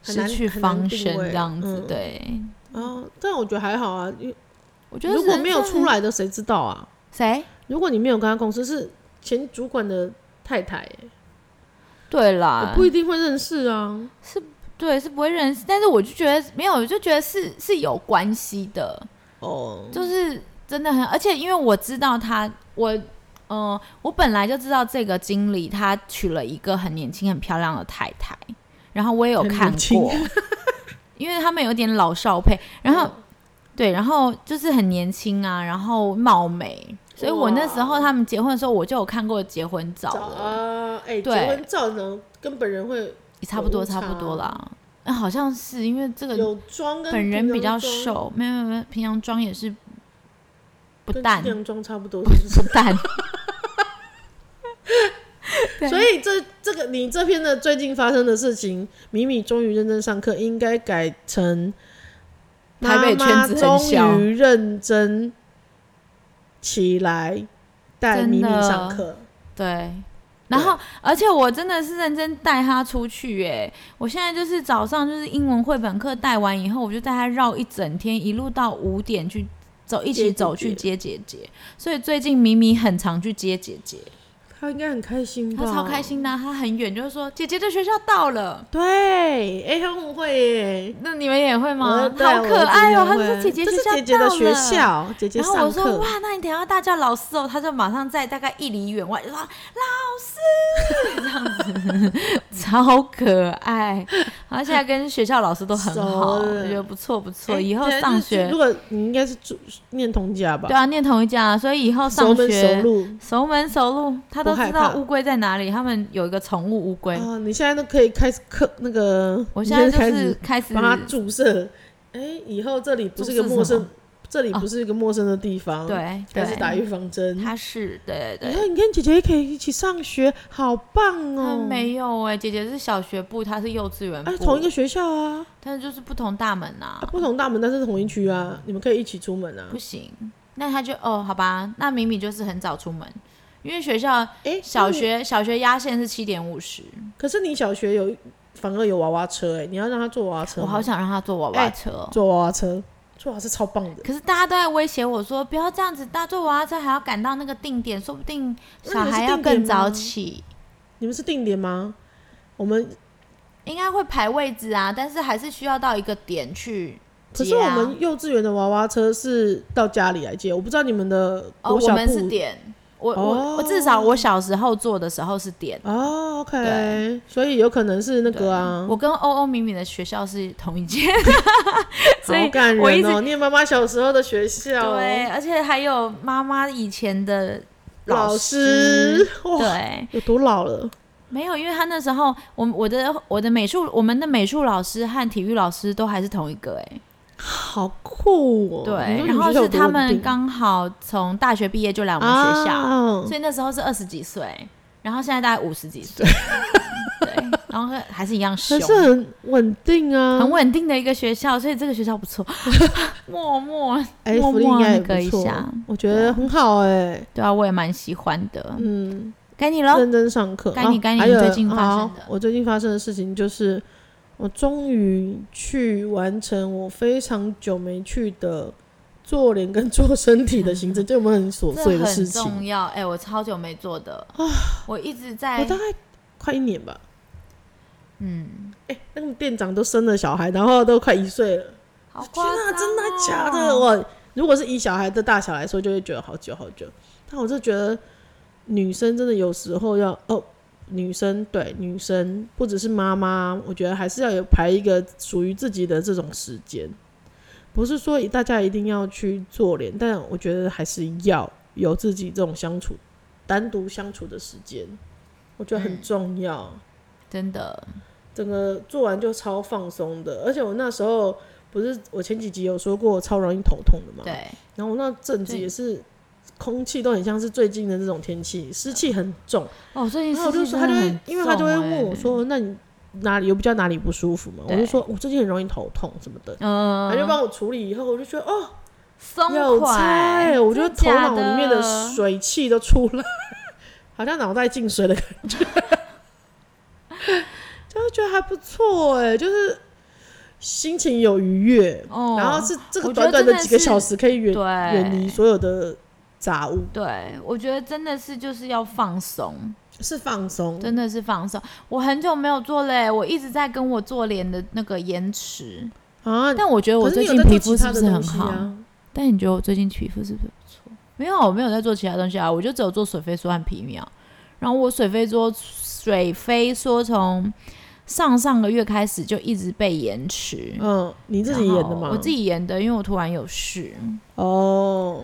[SPEAKER 1] 很
[SPEAKER 2] 失
[SPEAKER 1] 难
[SPEAKER 2] 去
[SPEAKER 1] 很难
[SPEAKER 2] 方
[SPEAKER 1] 定
[SPEAKER 2] 向
[SPEAKER 1] 位
[SPEAKER 2] 这样子，
[SPEAKER 1] 嗯
[SPEAKER 2] 对。
[SPEAKER 1] 哦，但我觉得还好啊，因为
[SPEAKER 2] 我觉得
[SPEAKER 1] 如果没有
[SPEAKER 2] 人生
[SPEAKER 1] 出来的谁知道啊？
[SPEAKER 2] 谁？
[SPEAKER 1] 如果你没有跟他共事，是前主管的太太、欸，
[SPEAKER 2] 对啦
[SPEAKER 1] 我，不一定会认识啊。
[SPEAKER 2] 对是不会认识，但是我就觉得没有，我就觉得是是有关系的，
[SPEAKER 1] 哦，
[SPEAKER 2] 就是真的很，而且因为我知道他，我嗯、呃我本来就知道这个经理他娶了一个很年轻、很漂亮的太太，然后我也有
[SPEAKER 1] 很
[SPEAKER 2] 看
[SPEAKER 1] 年轻
[SPEAKER 2] 过， [laughs] 因为他们有点老少配，然后、
[SPEAKER 1] 嗯
[SPEAKER 2] 对，然后就是很年轻啊，然后貌美，所以我那时候
[SPEAKER 1] 哇
[SPEAKER 2] 他们结婚的时候，我就有看过结婚照
[SPEAKER 1] 找
[SPEAKER 2] 了。
[SPEAKER 1] 啊，哎、结
[SPEAKER 2] 对
[SPEAKER 1] 婚照呢跟本人会
[SPEAKER 2] 也差不多，
[SPEAKER 1] 有误
[SPEAKER 2] 差不多啦。哎好像是因为这个
[SPEAKER 1] 有妆跟
[SPEAKER 2] 本人比较
[SPEAKER 1] 平常妆，
[SPEAKER 2] 瘦，没有没有没有，平常妆也是不
[SPEAKER 1] 跟
[SPEAKER 2] 淡
[SPEAKER 1] 洋妆差不
[SPEAKER 2] [laughs]
[SPEAKER 1] 多，是不是？
[SPEAKER 2] 不淡。
[SPEAKER 1] [laughs]
[SPEAKER 2] 对
[SPEAKER 1] 所以这这个你这篇的最近发生的事情，米米终于认真上课，应该改成
[SPEAKER 2] 台北圈子
[SPEAKER 1] 妈妈
[SPEAKER 2] 很小
[SPEAKER 1] 终于认真起来带
[SPEAKER 2] 真
[SPEAKER 1] 米米
[SPEAKER 2] 的
[SPEAKER 1] 上课。
[SPEAKER 2] 对，然后而且我真的是认真带他出去耶！我现在就是早上就是英文绘本课带完以后，我就带他绕一整天，一路到五点去走，一
[SPEAKER 1] 接
[SPEAKER 2] 起
[SPEAKER 1] 姐
[SPEAKER 2] 走
[SPEAKER 1] 姐
[SPEAKER 2] 去接姐姐。所以最近米米很常去接姐姐，
[SPEAKER 1] 他应该很开心吧？
[SPEAKER 2] 他超开。心的啊、他很远就是说姐姐的学校到了。
[SPEAKER 1] 对，哎、他很会耶，
[SPEAKER 2] 那你们也会吗
[SPEAKER 1] 我？对
[SPEAKER 2] 好可爱哦、
[SPEAKER 1] 我
[SPEAKER 2] 他
[SPEAKER 1] 真的会
[SPEAKER 2] 就说姐姐
[SPEAKER 1] 这
[SPEAKER 2] 学
[SPEAKER 1] 是
[SPEAKER 2] 校
[SPEAKER 1] 姐姐的
[SPEAKER 2] 到
[SPEAKER 1] 学
[SPEAKER 2] 了
[SPEAKER 1] 校，姐姐
[SPEAKER 2] 然后我
[SPEAKER 1] 上
[SPEAKER 2] 说
[SPEAKER 1] 课
[SPEAKER 2] 哇，，那你等一下大叫老师哦，他就马上在大概一里远外就说老师这样子， [laughs] 超可爱。然后现在跟学校老师都很好，
[SPEAKER 1] 熟了
[SPEAKER 2] 我觉得不错不错。
[SPEAKER 1] 哎
[SPEAKER 2] 以后
[SPEAKER 1] 对啊
[SPEAKER 2] 上
[SPEAKER 1] 就是
[SPEAKER 2] 学
[SPEAKER 1] 如果你应该是住念同家吧
[SPEAKER 2] 对，啊，念同一家，所以以后
[SPEAKER 1] 熟门
[SPEAKER 2] 上
[SPEAKER 1] 熟
[SPEAKER 2] 学
[SPEAKER 1] 路
[SPEAKER 2] 熟门熟路，他
[SPEAKER 1] 不
[SPEAKER 2] 都
[SPEAKER 1] 害
[SPEAKER 2] 知
[SPEAKER 1] 怕
[SPEAKER 2] 道乌龟在哪里。他们有一个宠物乌龟，
[SPEAKER 1] 啊，你现在都可以开始课那个，
[SPEAKER 2] 我
[SPEAKER 1] 你
[SPEAKER 2] 现在就
[SPEAKER 1] 开
[SPEAKER 2] 是
[SPEAKER 1] 始
[SPEAKER 2] 开始
[SPEAKER 1] 帮他注射。哎，以后这里不是一个
[SPEAKER 2] 注射
[SPEAKER 1] 陌
[SPEAKER 2] 什么
[SPEAKER 1] 生，这里
[SPEAKER 2] 哦
[SPEAKER 1] 不是一个陌生的地方，，
[SPEAKER 2] 对
[SPEAKER 1] 开始打
[SPEAKER 2] 对，
[SPEAKER 1] 预防针。
[SPEAKER 2] 他是对对
[SPEAKER 1] 你
[SPEAKER 2] 对。
[SPEAKER 1] 看，你跟姐姐也可以一起上学，好棒
[SPEAKER 2] 他
[SPEAKER 1] 哦！
[SPEAKER 2] 没有哎、姐姐是小学部，他是幼稚园部，
[SPEAKER 1] 哎，同一个学校啊，
[SPEAKER 2] 但是就是不同大门呐、
[SPEAKER 1] 啊不同大门，但是同一区啊，你们可以一起出门啊
[SPEAKER 2] 不。行，那他就哦，好吧，那明明就是很早出门，因为学校
[SPEAKER 1] 哎，
[SPEAKER 2] 小
[SPEAKER 1] 那你，
[SPEAKER 2] 学小学压线是七点五十，
[SPEAKER 1] 可是你小学有反而有娃娃车哎，你要让他坐娃娃车哎
[SPEAKER 2] 我
[SPEAKER 1] 吗，
[SPEAKER 2] 好想让他坐娃娃车哦、
[SPEAKER 1] 坐娃娃车，坐娃娃车超棒的。
[SPEAKER 2] 可是大家都在威胁我说，不要这样子，大家坐娃娃车还要赶到那个定点，说不定小孩要更
[SPEAKER 1] 嗯
[SPEAKER 2] 早起，
[SPEAKER 1] 你们是定点吗？我们
[SPEAKER 2] 应该会排位置啊，但是还是需要到一个点去
[SPEAKER 1] 可是
[SPEAKER 2] 接
[SPEAKER 1] 我
[SPEAKER 2] 啊。
[SPEAKER 1] 们幼稚园的娃娃车是到家里来接，我不知道你们的
[SPEAKER 2] 哦，
[SPEAKER 1] 国
[SPEAKER 2] 我
[SPEAKER 1] 小
[SPEAKER 2] 们是
[SPEAKER 1] 部
[SPEAKER 2] 点，我我、
[SPEAKER 1] 哦
[SPEAKER 2] 我至少我小时候做的时候是点。
[SPEAKER 1] 哦，OK，
[SPEAKER 2] 对
[SPEAKER 1] 所以有可能是那个啊
[SPEAKER 2] 我，跟欧欧敏敏的学校是同一间，所以
[SPEAKER 1] 好感
[SPEAKER 2] 我一
[SPEAKER 1] 人
[SPEAKER 2] 直
[SPEAKER 1] 哦，念妈妈小时候的学校哦，
[SPEAKER 2] [laughs] 对，而且还有妈妈以前的
[SPEAKER 1] 老
[SPEAKER 2] 师。
[SPEAKER 1] 师哇，
[SPEAKER 2] 对，
[SPEAKER 1] 有多老了？
[SPEAKER 2] 没有，因为他那时候，我我的我的美术，我们的美术老师和体育老师都还是同一个、哎、
[SPEAKER 1] 好酷哦！你
[SPEAKER 2] 对，
[SPEAKER 1] 说你
[SPEAKER 2] 然
[SPEAKER 1] 们
[SPEAKER 2] 后
[SPEAKER 1] 学校
[SPEAKER 2] 是
[SPEAKER 1] 有多
[SPEAKER 2] 他们
[SPEAKER 1] 稳定
[SPEAKER 2] 刚好从大学毕业就来我们学校，
[SPEAKER 1] 啊
[SPEAKER 2] 所以那时候是二十几岁，然后现在大概五十几岁， [laughs] 对，然后还是一样凶
[SPEAKER 1] 可，是很稳定啊，
[SPEAKER 2] 很稳定的一个学校，所以这个学校不错， [laughs] 默默，
[SPEAKER 1] 哎，
[SPEAKER 2] 默
[SPEAKER 1] 福利
[SPEAKER 2] 默
[SPEAKER 1] 应该也
[SPEAKER 2] 那个一
[SPEAKER 1] 不错
[SPEAKER 2] 下，
[SPEAKER 1] 我觉得很好哎，
[SPEAKER 2] 对啊，我也蛮喜欢的，
[SPEAKER 1] 嗯，
[SPEAKER 2] 该你了，
[SPEAKER 1] 认真上课。
[SPEAKER 2] 该你
[SPEAKER 1] 哦
[SPEAKER 2] 该你
[SPEAKER 1] 还有
[SPEAKER 2] 最近发生
[SPEAKER 1] 好
[SPEAKER 2] 的
[SPEAKER 1] 我最近发生的事情就是，我终于去完成我非常久没去的做脸跟做身体的行程，这有没有很琐
[SPEAKER 2] 嗯这
[SPEAKER 1] 碎的
[SPEAKER 2] 很
[SPEAKER 1] 事情？啊
[SPEAKER 2] 重要，哎、我超久没做的，我一直
[SPEAKER 1] 我
[SPEAKER 2] 在
[SPEAKER 1] 大，概快一年吧。
[SPEAKER 2] 嗯，
[SPEAKER 1] 那个店长都生了小孩，然后都快一岁了。
[SPEAKER 2] 好
[SPEAKER 1] 天
[SPEAKER 2] 夸
[SPEAKER 1] 啊，
[SPEAKER 2] 张
[SPEAKER 1] 真的
[SPEAKER 2] 哦
[SPEAKER 1] 假的？？我如果是以小孩的大小来说，就会觉得好久好久。但我就觉得女生真的有时候要哦，女生对女生不只是妈妈，我觉得还是要有排一个属于自己的这种时间。不是说大家一定要去做脸，但我觉得还是要有自己这种相处、单独相处的时间，我觉得很重要。
[SPEAKER 2] 真的，
[SPEAKER 1] 整个做完就超放松的。而且我那时候不是我前几集有说过我超容易头痛的嘛，
[SPEAKER 2] 对，
[SPEAKER 1] 然后我那阵子
[SPEAKER 2] 对
[SPEAKER 1] 也是。空气都很像是最近的这种天气，湿气很重。
[SPEAKER 2] 哦，最近
[SPEAKER 1] 然后我就
[SPEAKER 2] 湿气
[SPEAKER 1] 说，他就
[SPEAKER 2] 真的
[SPEAKER 1] 会
[SPEAKER 2] 很，
[SPEAKER 1] 因为他就会
[SPEAKER 2] 重
[SPEAKER 1] 问我
[SPEAKER 2] 哎，
[SPEAKER 1] 说：“那你哪里有比较哪里不舒服嘛？”我
[SPEAKER 2] 对
[SPEAKER 1] 就说：“我最近很容易头痛什么的。”
[SPEAKER 2] 嗯、
[SPEAKER 1] 他就帮我处理以后，我就觉得哦，
[SPEAKER 2] 松
[SPEAKER 1] 有
[SPEAKER 2] 快，
[SPEAKER 1] 差欸我觉得
[SPEAKER 2] 真
[SPEAKER 1] 头
[SPEAKER 2] 假
[SPEAKER 1] 脑里面的
[SPEAKER 2] 的
[SPEAKER 1] 水汽都出来，好像脑袋进水的感觉，就会觉得还不错哎、就是心情有愉悦，
[SPEAKER 2] 哦
[SPEAKER 1] 然后是这个
[SPEAKER 2] 我觉
[SPEAKER 1] 短
[SPEAKER 2] 得
[SPEAKER 1] 短的
[SPEAKER 2] 真的
[SPEAKER 1] 几个
[SPEAKER 2] 是
[SPEAKER 1] 小时可以远
[SPEAKER 2] 对
[SPEAKER 1] 远离所有的杂物，
[SPEAKER 2] 对，我觉得真的是就是要放松，
[SPEAKER 1] 是放松，
[SPEAKER 2] 真的是放松。我很久没有做嘞、我一直在跟我做脸的那个延迟，
[SPEAKER 1] 啊。
[SPEAKER 2] 但我觉得我
[SPEAKER 1] 可是你
[SPEAKER 2] 最
[SPEAKER 1] 有
[SPEAKER 2] 近
[SPEAKER 1] 在
[SPEAKER 2] 皮
[SPEAKER 1] 做其
[SPEAKER 2] 肤是
[SPEAKER 1] 他
[SPEAKER 2] 不
[SPEAKER 1] 的
[SPEAKER 2] 是
[SPEAKER 1] 东
[SPEAKER 2] 很
[SPEAKER 1] 西
[SPEAKER 2] 好？
[SPEAKER 1] 啊？
[SPEAKER 2] 但你觉得我最近皮肤是不是不错？没有，我没有在做其他东西啊，我就只有做水飞梭和皮秒。然后我水飞梭，水飞梭从上上个月开始就一直被延迟。
[SPEAKER 1] 嗯，你自己
[SPEAKER 2] 然后
[SPEAKER 1] 演的吗？
[SPEAKER 2] 我自己演的，因为我突然有事。
[SPEAKER 1] 哦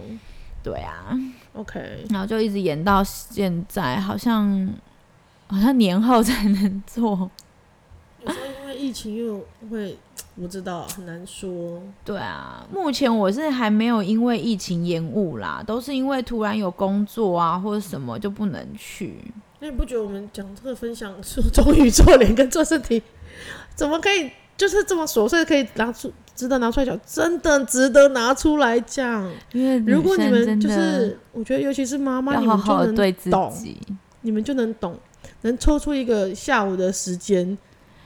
[SPEAKER 2] 对啊，
[SPEAKER 1] ，OK，
[SPEAKER 2] 然后就一直演到现在，好像好像年后才能做。
[SPEAKER 1] 有
[SPEAKER 2] 哦
[SPEAKER 1] 时候因为疫情又会不知道很难说。
[SPEAKER 2] 对啊，目前我是还没有因为疫情延误啦，都是因为突然有工作啊或者什么就不能去。
[SPEAKER 1] 那你不觉得我们讲这个分享说终于做脸跟做身体，怎么可以就是这么琐碎可以拿出值得拿出来讲？真的值得拿出来讲。
[SPEAKER 2] 因为
[SPEAKER 1] 如果你
[SPEAKER 2] 女生
[SPEAKER 1] 们
[SPEAKER 2] 真
[SPEAKER 1] 就
[SPEAKER 2] 的
[SPEAKER 1] 是，我觉得尤其是妈妈，
[SPEAKER 2] 要
[SPEAKER 1] 你
[SPEAKER 2] 好
[SPEAKER 1] 们就
[SPEAKER 2] 好的
[SPEAKER 1] 能
[SPEAKER 2] 对自
[SPEAKER 1] 懂
[SPEAKER 2] 己。
[SPEAKER 1] 你们就能懂，能抽出一个下午的时间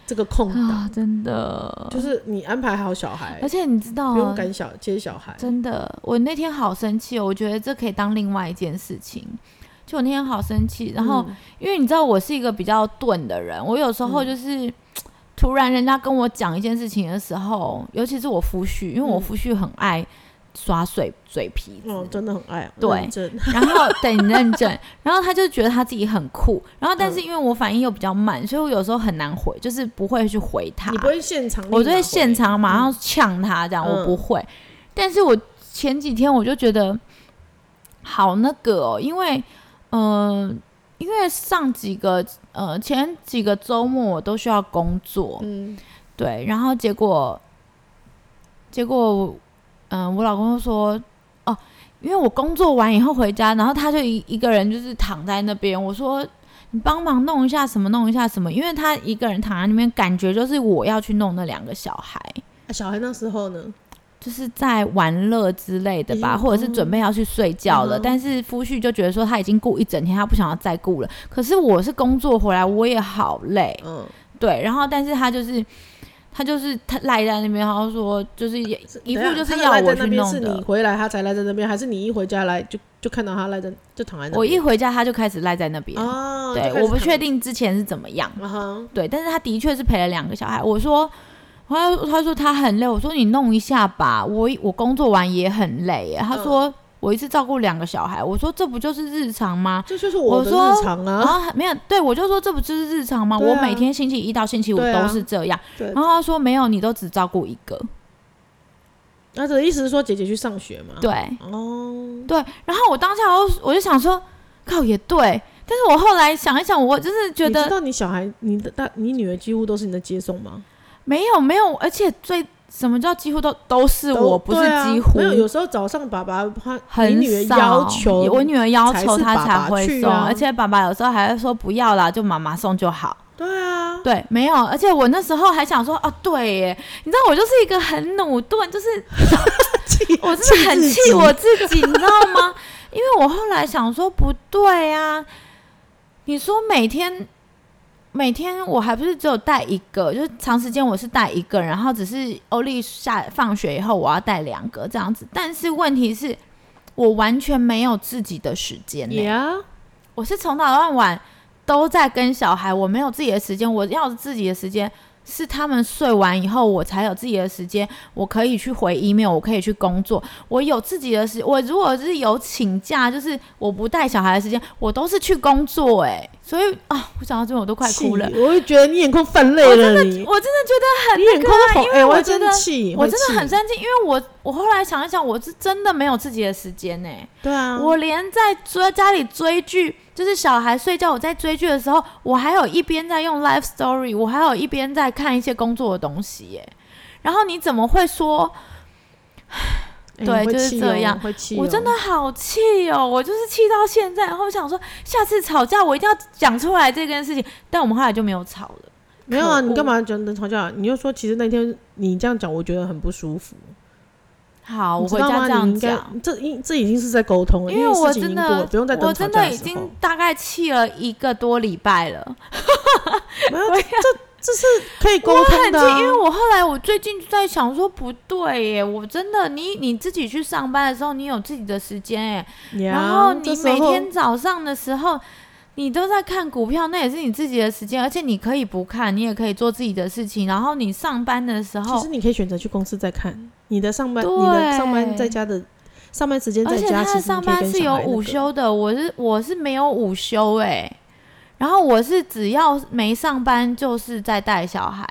[SPEAKER 1] 这个空档，
[SPEAKER 2] 啊，真的，
[SPEAKER 1] 就是你安排好小孩
[SPEAKER 2] 而，且你知道
[SPEAKER 1] 不用
[SPEAKER 2] 啊，
[SPEAKER 1] 赶小接小孩。
[SPEAKER 2] 真的，我那天好生气、哦，我觉得这可以当另外一件事情。就我那天好生气，然后、
[SPEAKER 1] 嗯
[SPEAKER 2] 因为你知道我是一个比较钝的人，我有时候就是、突然人家跟我讲一件事情的时候，尤其是我夫婿，因为我
[SPEAKER 1] 嗯
[SPEAKER 2] 夫婿很爱刷嘴嘴皮子，
[SPEAKER 1] 哦，真的很爱，
[SPEAKER 2] 对
[SPEAKER 1] 认真， [laughs]
[SPEAKER 2] 然后对你认证，然后他就觉得他自己很酷，然后但
[SPEAKER 1] 嗯
[SPEAKER 2] 是因为我反应又比较慢，所以我有时候很难回，就是不会去回他。
[SPEAKER 1] 你不会现场立马回，
[SPEAKER 2] 我就会现场马上呛他，这样、我
[SPEAKER 1] 嗯
[SPEAKER 2] 不会。但是我前几天我就觉得好那个哦，因为嗯、呃因为上几个呃前几个周末我都需要工作，
[SPEAKER 1] 嗯，
[SPEAKER 2] 对，然后结果结果嗯、我老公就说哦，因为我工作完以后回家，然后他就一一个人就是躺在那边，我说。你帮忙弄一下什么，弄一下什么，因为他一个人躺在那边，感觉就是我要去弄那两个小孩，
[SPEAKER 1] 啊小孩那时候呢，
[SPEAKER 2] 就是在玩乐之类的吧，
[SPEAKER 1] 已经
[SPEAKER 2] 或者是准备要去睡觉了。
[SPEAKER 1] 嗯哼
[SPEAKER 2] 但是夫婿就觉得说他已经顾一整天，他不想要再顾了。可是我是工作回来，我也好累，
[SPEAKER 1] 嗯，
[SPEAKER 2] 对。然后，但是他就是他就是他赖在那边，然后说就是也一
[SPEAKER 1] 等
[SPEAKER 2] 副
[SPEAKER 1] 下
[SPEAKER 2] 就是
[SPEAKER 1] 啊他
[SPEAKER 2] 要
[SPEAKER 1] 赖在
[SPEAKER 2] 我
[SPEAKER 1] 那
[SPEAKER 2] 去
[SPEAKER 1] 边
[SPEAKER 2] 弄
[SPEAKER 1] 是你
[SPEAKER 2] 的。
[SPEAKER 1] 回来他才赖在那边，还是你一回家来就就看到他赖在就躺在那边？
[SPEAKER 2] 我一回家他就开始赖在那边，
[SPEAKER 1] 哦，就
[SPEAKER 2] 对
[SPEAKER 1] 开，始
[SPEAKER 2] 我不
[SPEAKER 1] 躺
[SPEAKER 2] 确，定之前是怎么样，
[SPEAKER 1] 啊哈，
[SPEAKER 2] 对，但是他的确是陪了两个小孩。我说。他他说他很累，我说你弄一下吧，我我工作完也很累耶。他
[SPEAKER 1] 嗯
[SPEAKER 2] 说我一次照顾两个小孩，我说这不就是日常吗？
[SPEAKER 1] 这就是我的
[SPEAKER 2] 我说
[SPEAKER 1] 日常
[SPEAKER 2] 然
[SPEAKER 1] 啊，
[SPEAKER 2] 后他没有对我就说这不就是日常吗？
[SPEAKER 1] 对啊
[SPEAKER 2] 我每天星期一到星期五
[SPEAKER 1] 对啊
[SPEAKER 2] 都是这样。
[SPEAKER 1] 对
[SPEAKER 2] 然后他说没有，你都只照顾一个。
[SPEAKER 1] 那这意思是说姐姐去上学嘛？，
[SPEAKER 2] 对
[SPEAKER 1] 哦，
[SPEAKER 2] 对，然后我当下我就我就想说，靠也对。但是我后来想一想，我真是觉
[SPEAKER 1] 你知
[SPEAKER 2] 得
[SPEAKER 1] 道你小孩，你的大你女儿几乎都是你的接送吗？
[SPEAKER 2] 没有没有，而且最什么叫几乎都都是
[SPEAKER 1] 都
[SPEAKER 2] 我，不是
[SPEAKER 1] 对啊
[SPEAKER 2] 几乎。
[SPEAKER 1] 没有，有时候早上爸爸他你
[SPEAKER 2] 很
[SPEAKER 1] 女儿
[SPEAKER 2] 少
[SPEAKER 1] 要求
[SPEAKER 2] 我女儿要
[SPEAKER 1] 才是
[SPEAKER 2] 求她
[SPEAKER 1] 爸
[SPEAKER 2] 才
[SPEAKER 1] 爸
[SPEAKER 2] 会
[SPEAKER 1] 去
[SPEAKER 2] 送，
[SPEAKER 1] 啊
[SPEAKER 2] 而且爸爸有时候还会说不要啦，就妈妈送就好。
[SPEAKER 1] 对啊，
[SPEAKER 2] 对，没有，而且我那时候还想说，哦，对耶，你知道我就是一个很努钝， [laughs] 就是
[SPEAKER 1] 气
[SPEAKER 2] 我真的很
[SPEAKER 1] 自
[SPEAKER 2] 气
[SPEAKER 1] 己
[SPEAKER 2] 我自己，你知道吗？因为我后来想说，不对啊，你说每天每天我还不是只有带一个，就是长时间我是带一个，然后只是欧丽下放学以后我要带两个这样子，但是问题是。我完全没有自己的时间、欸，
[SPEAKER 1] ，Yeah，
[SPEAKER 2] 我是从早到晚都在跟小孩，我没有自己的时间，我要自己的时间是他们睡完以后，我才有自己的时间，我可以去回 email，我可以去工作，我有自己的时，我如果是有请假，就是我不带小孩的时间，我都是去工作、欸，所以啊，我想到这边我都快
[SPEAKER 1] 气
[SPEAKER 2] 哭了，
[SPEAKER 1] 我会觉得你眼眶泛泪了，你
[SPEAKER 2] 我真的觉得很
[SPEAKER 1] 你眼眶都红，哎，
[SPEAKER 2] 我
[SPEAKER 1] 我
[SPEAKER 2] 觉
[SPEAKER 1] 真
[SPEAKER 2] 得
[SPEAKER 1] 的气，
[SPEAKER 2] 我
[SPEAKER 1] 会
[SPEAKER 2] 真的很
[SPEAKER 1] 气
[SPEAKER 2] 生气，因为我我后来想一想，我是真的没有自己的时间呢、欸
[SPEAKER 1] 对啊，
[SPEAKER 2] 我连在追家里追剧，就是小孩睡觉，我在追剧的时候，我还有一边在用 Life Story，我还有一边在看一些工作的东西耶。然后你怎么会说
[SPEAKER 1] 哎
[SPEAKER 2] 对
[SPEAKER 1] 会
[SPEAKER 2] 就是
[SPEAKER 1] 气
[SPEAKER 2] 这
[SPEAKER 1] 哦
[SPEAKER 2] 样
[SPEAKER 1] 会气哦，
[SPEAKER 2] 我真的好气哦？我就是气到现在，然后我想说下次吵架我一定要讲出来这件事情，但我们后来就没有吵了。
[SPEAKER 1] 没有啊，
[SPEAKER 2] 可
[SPEAKER 1] 你
[SPEAKER 2] 恶
[SPEAKER 1] 干嘛讲等吵架？你就说其实那天你这样讲，我觉得很不舒服。
[SPEAKER 2] 好，我
[SPEAKER 1] 你知
[SPEAKER 2] 回
[SPEAKER 1] 道
[SPEAKER 2] 家
[SPEAKER 1] 吗？
[SPEAKER 2] 这
[SPEAKER 1] 你
[SPEAKER 2] 样
[SPEAKER 1] 应该
[SPEAKER 2] 讲。
[SPEAKER 1] 这已这已经是在沟通了，因
[SPEAKER 2] 为我
[SPEAKER 1] 事情已经
[SPEAKER 2] 真
[SPEAKER 1] 过了，
[SPEAKER 2] 的
[SPEAKER 1] 不用再，等
[SPEAKER 2] 我
[SPEAKER 1] 吵
[SPEAKER 2] 真
[SPEAKER 1] 架
[SPEAKER 2] 的
[SPEAKER 1] 的
[SPEAKER 2] 已
[SPEAKER 1] 时候
[SPEAKER 2] 经大概气了一个多礼拜了。
[SPEAKER 1] 没有，这这这是可以沟通的
[SPEAKER 2] 是
[SPEAKER 1] 啊、
[SPEAKER 2] 因为我后来我最近就在想说，不对耶，我真的你你自己去上班的时候，你有自己的时间哎，
[SPEAKER 1] 呀
[SPEAKER 2] 然后你
[SPEAKER 1] 这时
[SPEAKER 2] 每
[SPEAKER 1] 候
[SPEAKER 2] 天早上的时候，你都在看股票，那也是你自己的时间，而且你可以不看，你也可以做自己的事情。然后你上班的时
[SPEAKER 1] 其实
[SPEAKER 2] 候，
[SPEAKER 1] 你可以选择去公司再看你的上班，你的上班在家的上班时间
[SPEAKER 2] 而
[SPEAKER 1] 在
[SPEAKER 2] 且
[SPEAKER 1] 家，
[SPEAKER 2] 他
[SPEAKER 1] 其
[SPEAKER 2] 的
[SPEAKER 1] 实你
[SPEAKER 2] 上
[SPEAKER 1] 可以
[SPEAKER 2] 班
[SPEAKER 1] 跟
[SPEAKER 2] 是
[SPEAKER 1] 小
[SPEAKER 2] 有
[SPEAKER 1] 孩那
[SPEAKER 2] 午
[SPEAKER 1] 个。
[SPEAKER 2] 休的，我是我是没有午休哎，然后我是只要没上班就是在带小孩。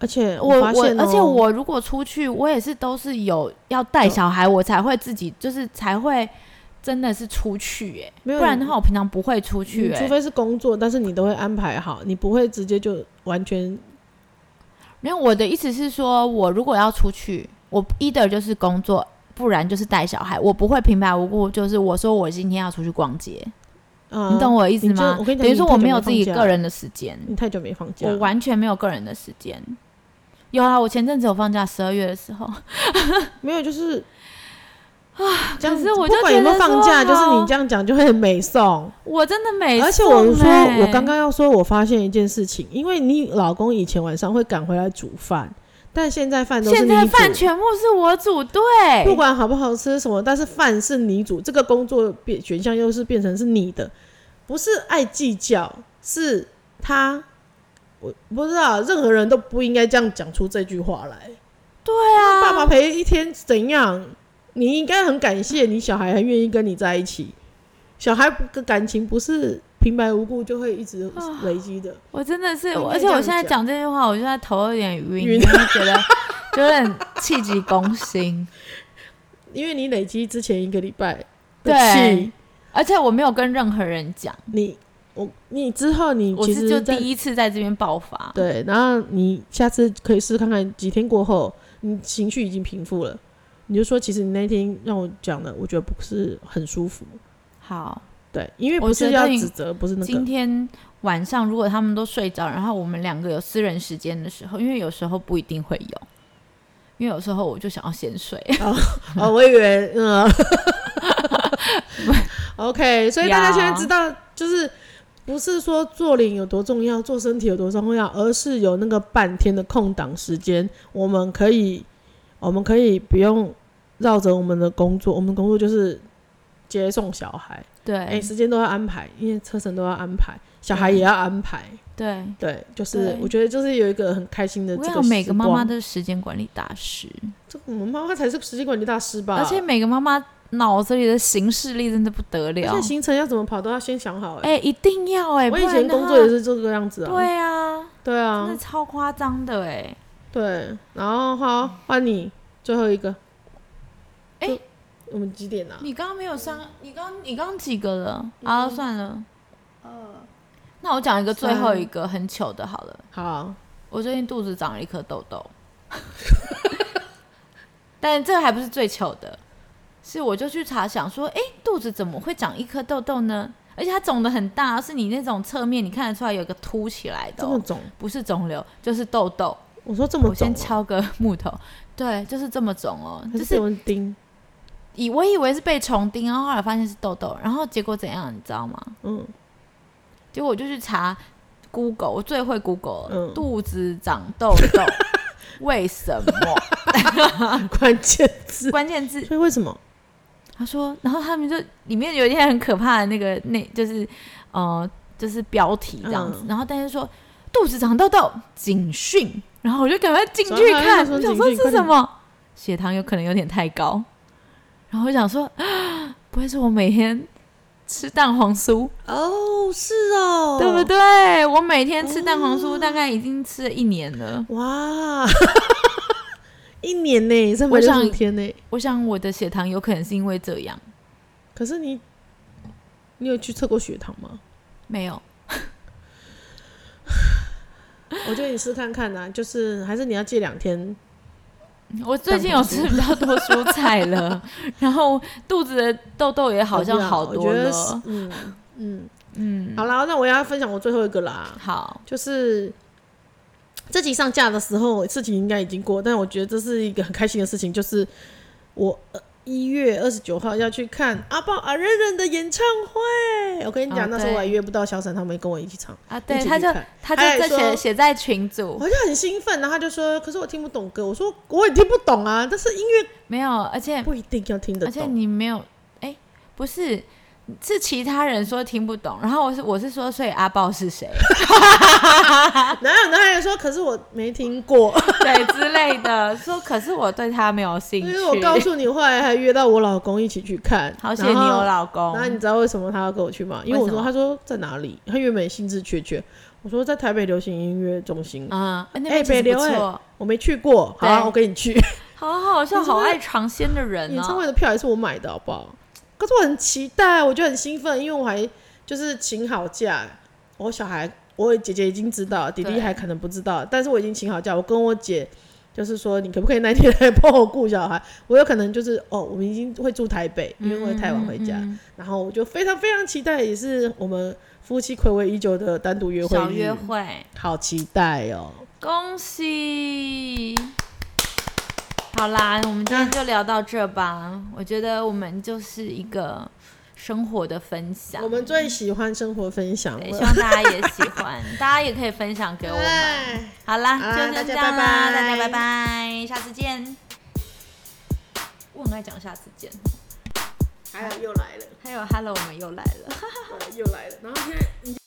[SPEAKER 1] 而且
[SPEAKER 2] 我
[SPEAKER 1] 发
[SPEAKER 2] 我
[SPEAKER 1] 现、哦，
[SPEAKER 2] 而且我如果出去，我也是都是有要带小孩，我才会自己就是才会真的是出去哎、
[SPEAKER 1] 没有
[SPEAKER 2] 不然的话我平常不会出去
[SPEAKER 1] 嗯
[SPEAKER 2] 哎、
[SPEAKER 1] 除非是工作，但是你都会安排好，你不会直接就完全
[SPEAKER 2] 没有我的意思是说，我如果要出去，我 either 就是工作，不然就是带小孩，我不会平白无故就是我说我今天要出去逛街，
[SPEAKER 1] 啊、
[SPEAKER 2] 你懂我的意思
[SPEAKER 1] 你就
[SPEAKER 2] 吗？
[SPEAKER 1] 我跟你讲
[SPEAKER 2] 等于说
[SPEAKER 1] 你太久
[SPEAKER 2] 我没有
[SPEAKER 1] 没
[SPEAKER 2] 自己
[SPEAKER 1] 放假
[SPEAKER 2] 个人的时间，
[SPEAKER 1] 你太久没放假
[SPEAKER 2] 我
[SPEAKER 1] 了，
[SPEAKER 2] 完全没有个人的时间。有啊，我前阵子有放假，十二月的时候。 [laughs]
[SPEAKER 1] 没有
[SPEAKER 2] [sighs]
[SPEAKER 1] 就是啊，这样子
[SPEAKER 2] 可是我
[SPEAKER 1] 不
[SPEAKER 2] 就
[SPEAKER 1] 管
[SPEAKER 2] 觉
[SPEAKER 1] 有没有
[SPEAKER 2] 得
[SPEAKER 1] 放
[SPEAKER 2] 说
[SPEAKER 1] 假，就是
[SPEAKER 2] 好
[SPEAKER 1] 你这样讲就会很美送。
[SPEAKER 2] 我真的没、
[SPEAKER 1] 而且我说，
[SPEAKER 2] 欸
[SPEAKER 1] 我刚刚要说，我发现一件事情，因为你老公以前晚上会赶回来煮饭，但现在饭都是
[SPEAKER 2] 现
[SPEAKER 1] 你
[SPEAKER 2] 在饭
[SPEAKER 1] 煮，
[SPEAKER 2] 全部是我组队，
[SPEAKER 1] 不管好不好吃什么，但是饭是你煮，这个工作变选项又是变成是你的，不是爱计较，是他我不知道，任何人都不应该这样讲出这句话来。
[SPEAKER 2] 对啊，
[SPEAKER 1] 爸爸陪一天怎样？你应该很感谢你小孩还愿意跟你在一起。小孩的感情不是平白无故就会一直
[SPEAKER 2] 啊
[SPEAKER 1] 累积的。
[SPEAKER 2] 我真的是，
[SPEAKER 1] 应该
[SPEAKER 2] 而且
[SPEAKER 1] 这样
[SPEAKER 2] 我现在
[SPEAKER 1] 讲
[SPEAKER 2] 讲这句话，我现在头有点晕，
[SPEAKER 1] 晕
[SPEAKER 2] 因为觉得就有点气急攻
[SPEAKER 1] [laughs]
[SPEAKER 2] 心。
[SPEAKER 1] 因为你累积之前一个礼拜的
[SPEAKER 2] 对
[SPEAKER 1] 气，
[SPEAKER 2] 而且我没有跟任何人讲，
[SPEAKER 1] 你我你之后你
[SPEAKER 2] 我
[SPEAKER 1] 其
[SPEAKER 2] 是就
[SPEAKER 1] 实在
[SPEAKER 2] 第一次在这边爆发。
[SPEAKER 1] 对，然后你下次可以试试看看，几天过后你情绪已经平复了，你就说其实你那天让我讲的，我觉得不是很舒服。
[SPEAKER 2] 好，
[SPEAKER 1] 对，因为
[SPEAKER 2] 我
[SPEAKER 1] 不是
[SPEAKER 2] 决
[SPEAKER 1] 要
[SPEAKER 2] 定
[SPEAKER 1] 指责，不是那
[SPEAKER 2] 今
[SPEAKER 1] 个，
[SPEAKER 2] 天晚上如果他们都睡着，然后我们两个有私人时间的时候，因为有时候不一定会有，因为有时候我就想要先睡。 [laughs]
[SPEAKER 1] 哦，我以为，嗯，OK，所以大家现在知道，就是不是说做脸有多重要，做身体有多重要，而是有那个半天的空档时间，我们可以，我们可以不用绕着我们的工作，我们的工作就是接送小孩，
[SPEAKER 2] 对、
[SPEAKER 1] 哎、时间都要安排，因为车程都要安排，小孩也要安排，
[SPEAKER 2] 对，
[SPEAKER 1] 对，就是
[SPEAKER 2] 对
[SPEAKER 1] 我觉得就是有一个很开心的
[SPEAKER 2] 我
[SPEAKER 1] 这
[SPEAKER 2] 跟你
[SPEAKER 1] 个
[SPEAKER 2] 讲，每个
[SPEAKER 1] 时
[SPEAKER 2] 妈妈
[SPEAKER 1] 光
[SPEAKER 2] 都是时间管理大师，
[SPEAKER 1] 这个我们妈妈才是时间管理大师吧？
[SPEAKER 2] 而且每个妈妈脑子里的行事力真的不得了
[SPEAKER 1] 而且。行程要怎么跑都要先想好、欸。
[SPEAKER 2] 哎、一定要哎、
[SPEAKER 1] 我
[SPEAKER 2] 不
[SPEAKER 1] 以
[SPEAKER 2] 然
[SPEAKER 1] 前
[SPEAKER 2] 的
[SPEAKER 1] 工
[SPEAKER 2] 话
[SPEAKER 1] 作也是这个样子啊。
[SPEAKER 2] 对啊，
[SPEAKER 1] 对
[SPEAKER 2] 真的
[SPEAKER 1] 啊，
[SPEAKER 2] 超夸张的哎、
[SPEAKER 1] 对。然后好，换你最后一个。
[SPEAKER 2] 哎
[SPEAKER 1] 就我们几点啊？
[SPEAKER 2] 你刚刚没有上，你刚你刚几个了？啊，算了，那我讲一个最后一个很糗的，好了。
[SPEAKER 1] 好，
[SPEAKER 2] 我最近肚子长了一颗痘痘，但这还不是最糗的，是我就去查想说，哎、肚子怎么会长一颗痘痘呢？而且它肿的很大，是你那种侧面你看得出来有个凸起来的
[SPEAKER 1] 这
[SPEAKER 2] 哦、
[SPEAKER 1] 么肿，
[SPEAKER 2] 不是肿瘤就是痘痘。
[SPEAKER 1] 我说这么
[SPEAKER 2] 我
[SPEAKER 1] 肿
[SPEAKER 2] 先
[SPEAKER 1] 啊，
[SPEAKER 2] 敲个 [laughs] 木头，对，就是这么肿哦、
[SPEAKER 1] 还
[SPEAKER 2] 就是是
[SPEAKER 1] 被蚊叮。
[SPEAKER 2] 以我以为是被虫叮，然后后来发现是痘痘，然后结果怎样，你知道吗？
[SPEAKER 1] 嗯，
[SPEAKER 2] 结果我就去查 Google，我最会 Google，、了，
[SPEAKER 1] 嗯
[SPEAKER 2] 肚子长痘痘， [laughs] 为什么？
[SPEAKER 1] 关
[SPEAKER 2] [laughs]
[SPEAKER 1] 键字。
[SPEAKER 2] 关键字
[SPEAKER 1] 所以为什么？
[SPEAKER 2] 他说，然后他们就里面有一些很可怕的那个那就是呃就是标题这样子，
[SPEAKER 1] 嗯
[SPEAKER 2] 然后但是说肚子长痘痘警讯，然后我就赶快进
[SPEAKER 1] 转
[SPEAKER 2] 去
[SPEAKER 1] 开
[SPEAKER 2] 看，
[SPEAKER 1] 说
[SPEAKER 2] 我想
[SPEAKER 1] 警
[SPEAKER 2] 说
[SPEAKER 1] 讯快
[SPEAKER 2] 是什
[SPEAKER 1] 点
[SPEAKER 2] 么，血糖有可能有点太高，然后我想说， [gasps] 啊不会是我每天吃蛋黄酥？
[SPEAKER 1] 哦，是哦
[SPEAKER 2] 对不？对？我每天吃蛋黄酥，
[SPEAKER 1] 哦
[SPEAKER 2] 大概已经吃了一年了。
[SPEAKER 1] 哇， [laughs] 一年呢，三百
[SPEAKER 2] 我
[SPEAKER 1] 六
[SPEAKER 2] 想
[SPEAKER 1] 十五天呢。
[SPEAKER 2] 我想我的血糖有可能是因为这样，
[SPEAKER 1] 可是你，你有去测过血糖吗？
[SPEAKER 2] 没有
[SPEAKER 1] 我觉得你试看看呐、 [laughs] 就是还是你要戒两天。
[SPEAKER 2] 我最近有吃比较多蔬菜了，然后肚子的痘痘也好像好
[SPEAKER 1] 哦我
[SPEAKER 2] 多
[SPEAKER 1] 觉得
[SPEAKER 2] [laughs] 了。
[SPEAKER 1] 嗯嗯，
[SPEAKER 2] 嗯，
[SPEAKER 1] 好啦，那我要分享我最后一个啦，
[SPEAKER 2] 好，
[SPEAKER 1] 就是这集上架的时候，事情应该已经过，但我觉得这是一个很开心的事情，就是我呃一月二十九号要去看阿豹阿任任的演唱会。我跟你讲，
[SPEAKER 2] 哦
[SPEAKER 1] 那时候我还
[SPEAKER 2] 对
[SPEAKER 1] 约不到小闪他们跟我一起唱，
[SPEAKER 2] 啊，
[SPEAKER 1] 一
[SPEAKER 2] 对，
[SPEAKER 1] 起
[SPEAKER 2] 他
[SPEAKER 1] 去
[SPEAKER 2] 就
[SPEAKER 1] 看。
[SPEAKER 2] 他
[SPEAKER 1] 他还
[SPEAKER 2] 就这
[SPEAKER 1] 说
[SPEAKER 2] 写写在群组，
[SPEAKER 1] 我就很兴奋，然后他就说：“可是我听不懂歌。”我说：“我也听不懂啊，但是音乐
[SPEAKER 2] 没有，而且
[SPEAKER 1] 不一定要听得
[SPEAKER 2] 而且
[SPEAKER 1] 懂。
[SPEAKER 2] 你没有，哎，不是。是其他人说听不懂，然后我是我是说，所以阿豹是谁，
[SPEAKER 1] 哪有哪有人说？可是我没听
[SPEAKER 2] [laughs]
[SPEAKER 1] 过。
[SPEAKER 2] 对之类的，说可是我对他没有兴
[SPEAKER 1] 因
[SPEAKER 2] 趣。
[SPEAKER 1] 为我告诉你，后来还约到我老公一起去看。
[SPEAKER 2] 好险你有
[SPEAKER 1] 然后。
[SPEAKER 2] 老公
[SPEAKER 1] 然，后你知道为什么他要跟我去吗？因为我
[SPEAKER 2] 为
[SPEAKER 1] 说，
[SPEAKER 2] 什
[SPEAKER 1] 他
[SPEAKER 2] 么
[SPEAKER 1] 说在哪里？他原本兴致缺缺。我说在台北流行音乐中心，
[SPEAKER 2] 嗯，哎那
[SPEAKER 1] 哎
[SPEAKER 2] 边其
[SPEAKER 1] 北
[SPEAKER 2] 实
[SPEAKER 1] 流
[SPEAKER 2] 不
[SPEAKER 1] 哎
[SPEAKER 2] 错，
[SPEAKER 1] 我没去过。好、
[SPEAKER 2] 对
[SPEAKER 1] 啊，我跟你去。
[SPEAKER 2] 好好笑，
[SPEAKER 1] 你知道
[SPEAKER 2] 好爱尝鲜的人
[SPEAKER 1] 演唱
[SPEAKER 2] 哦。
[SPEAKER 1] 会的票也是我买的，好不好？可是我很期待，啊我就很兴奋，因为我还就是请好假，我小孩，我姐姐已经知道，弟弟
[SPEAKER 2] 对
[SPEAKER 1] 还可能不知道，但是我已经请好假，我跟我姐就是说，你可不可以那天来帮我顾小孩？我有可能就是哦，我们已经会住台北，因为会太晚回家，
[SPEAKER 2] 嗯
[SPEAKER 1] 然后我就非常非常期待，也是我们夫妻暌违已久的单独约会
[SPEAKER 2] 嗯小
[SPEAKER 1] 日
[SPEAKER 2] 约会，
[SPEAKER 1] 好期待哦！
[SPEAKER 2] 恭喜！好啦，我们今天就聊到这吧。我觉得我们就是一个生活的分享
[SPEAKER 1] 我，们最喜欢生活分享
[SPEAKER 2] 嗯对，希
[SPEAKER 1] 了，
[SPEAKER 2] 望大家也喜
[SPEAKER 1] [laughs]
[SPEAKER 2] 欢，大家也可以分享给我们。
[SPEAKER 1] 哎
[SPEAKER 2] 好
[SPEAKER 1] 好
[SPEAKER 2] 啦，
[SPEAKER 1] 啦
[SPEAKER 2] 就
[SPEAKER 1] 大
[SPEAKER 2] 先
[SPEAKER 1] 家
[SPEAKER 2] 这样啦，
[SPEAKER 1] 拜拜
[SPEAKER 2] 大家拜拜，下次见。我很爱讲下次见，
[SPEAKER 1] 还好又来了。
[SPEAKER 2] 还有 Hello，我们又来了。
[SPEAKER 1] 对又来了，然后现在。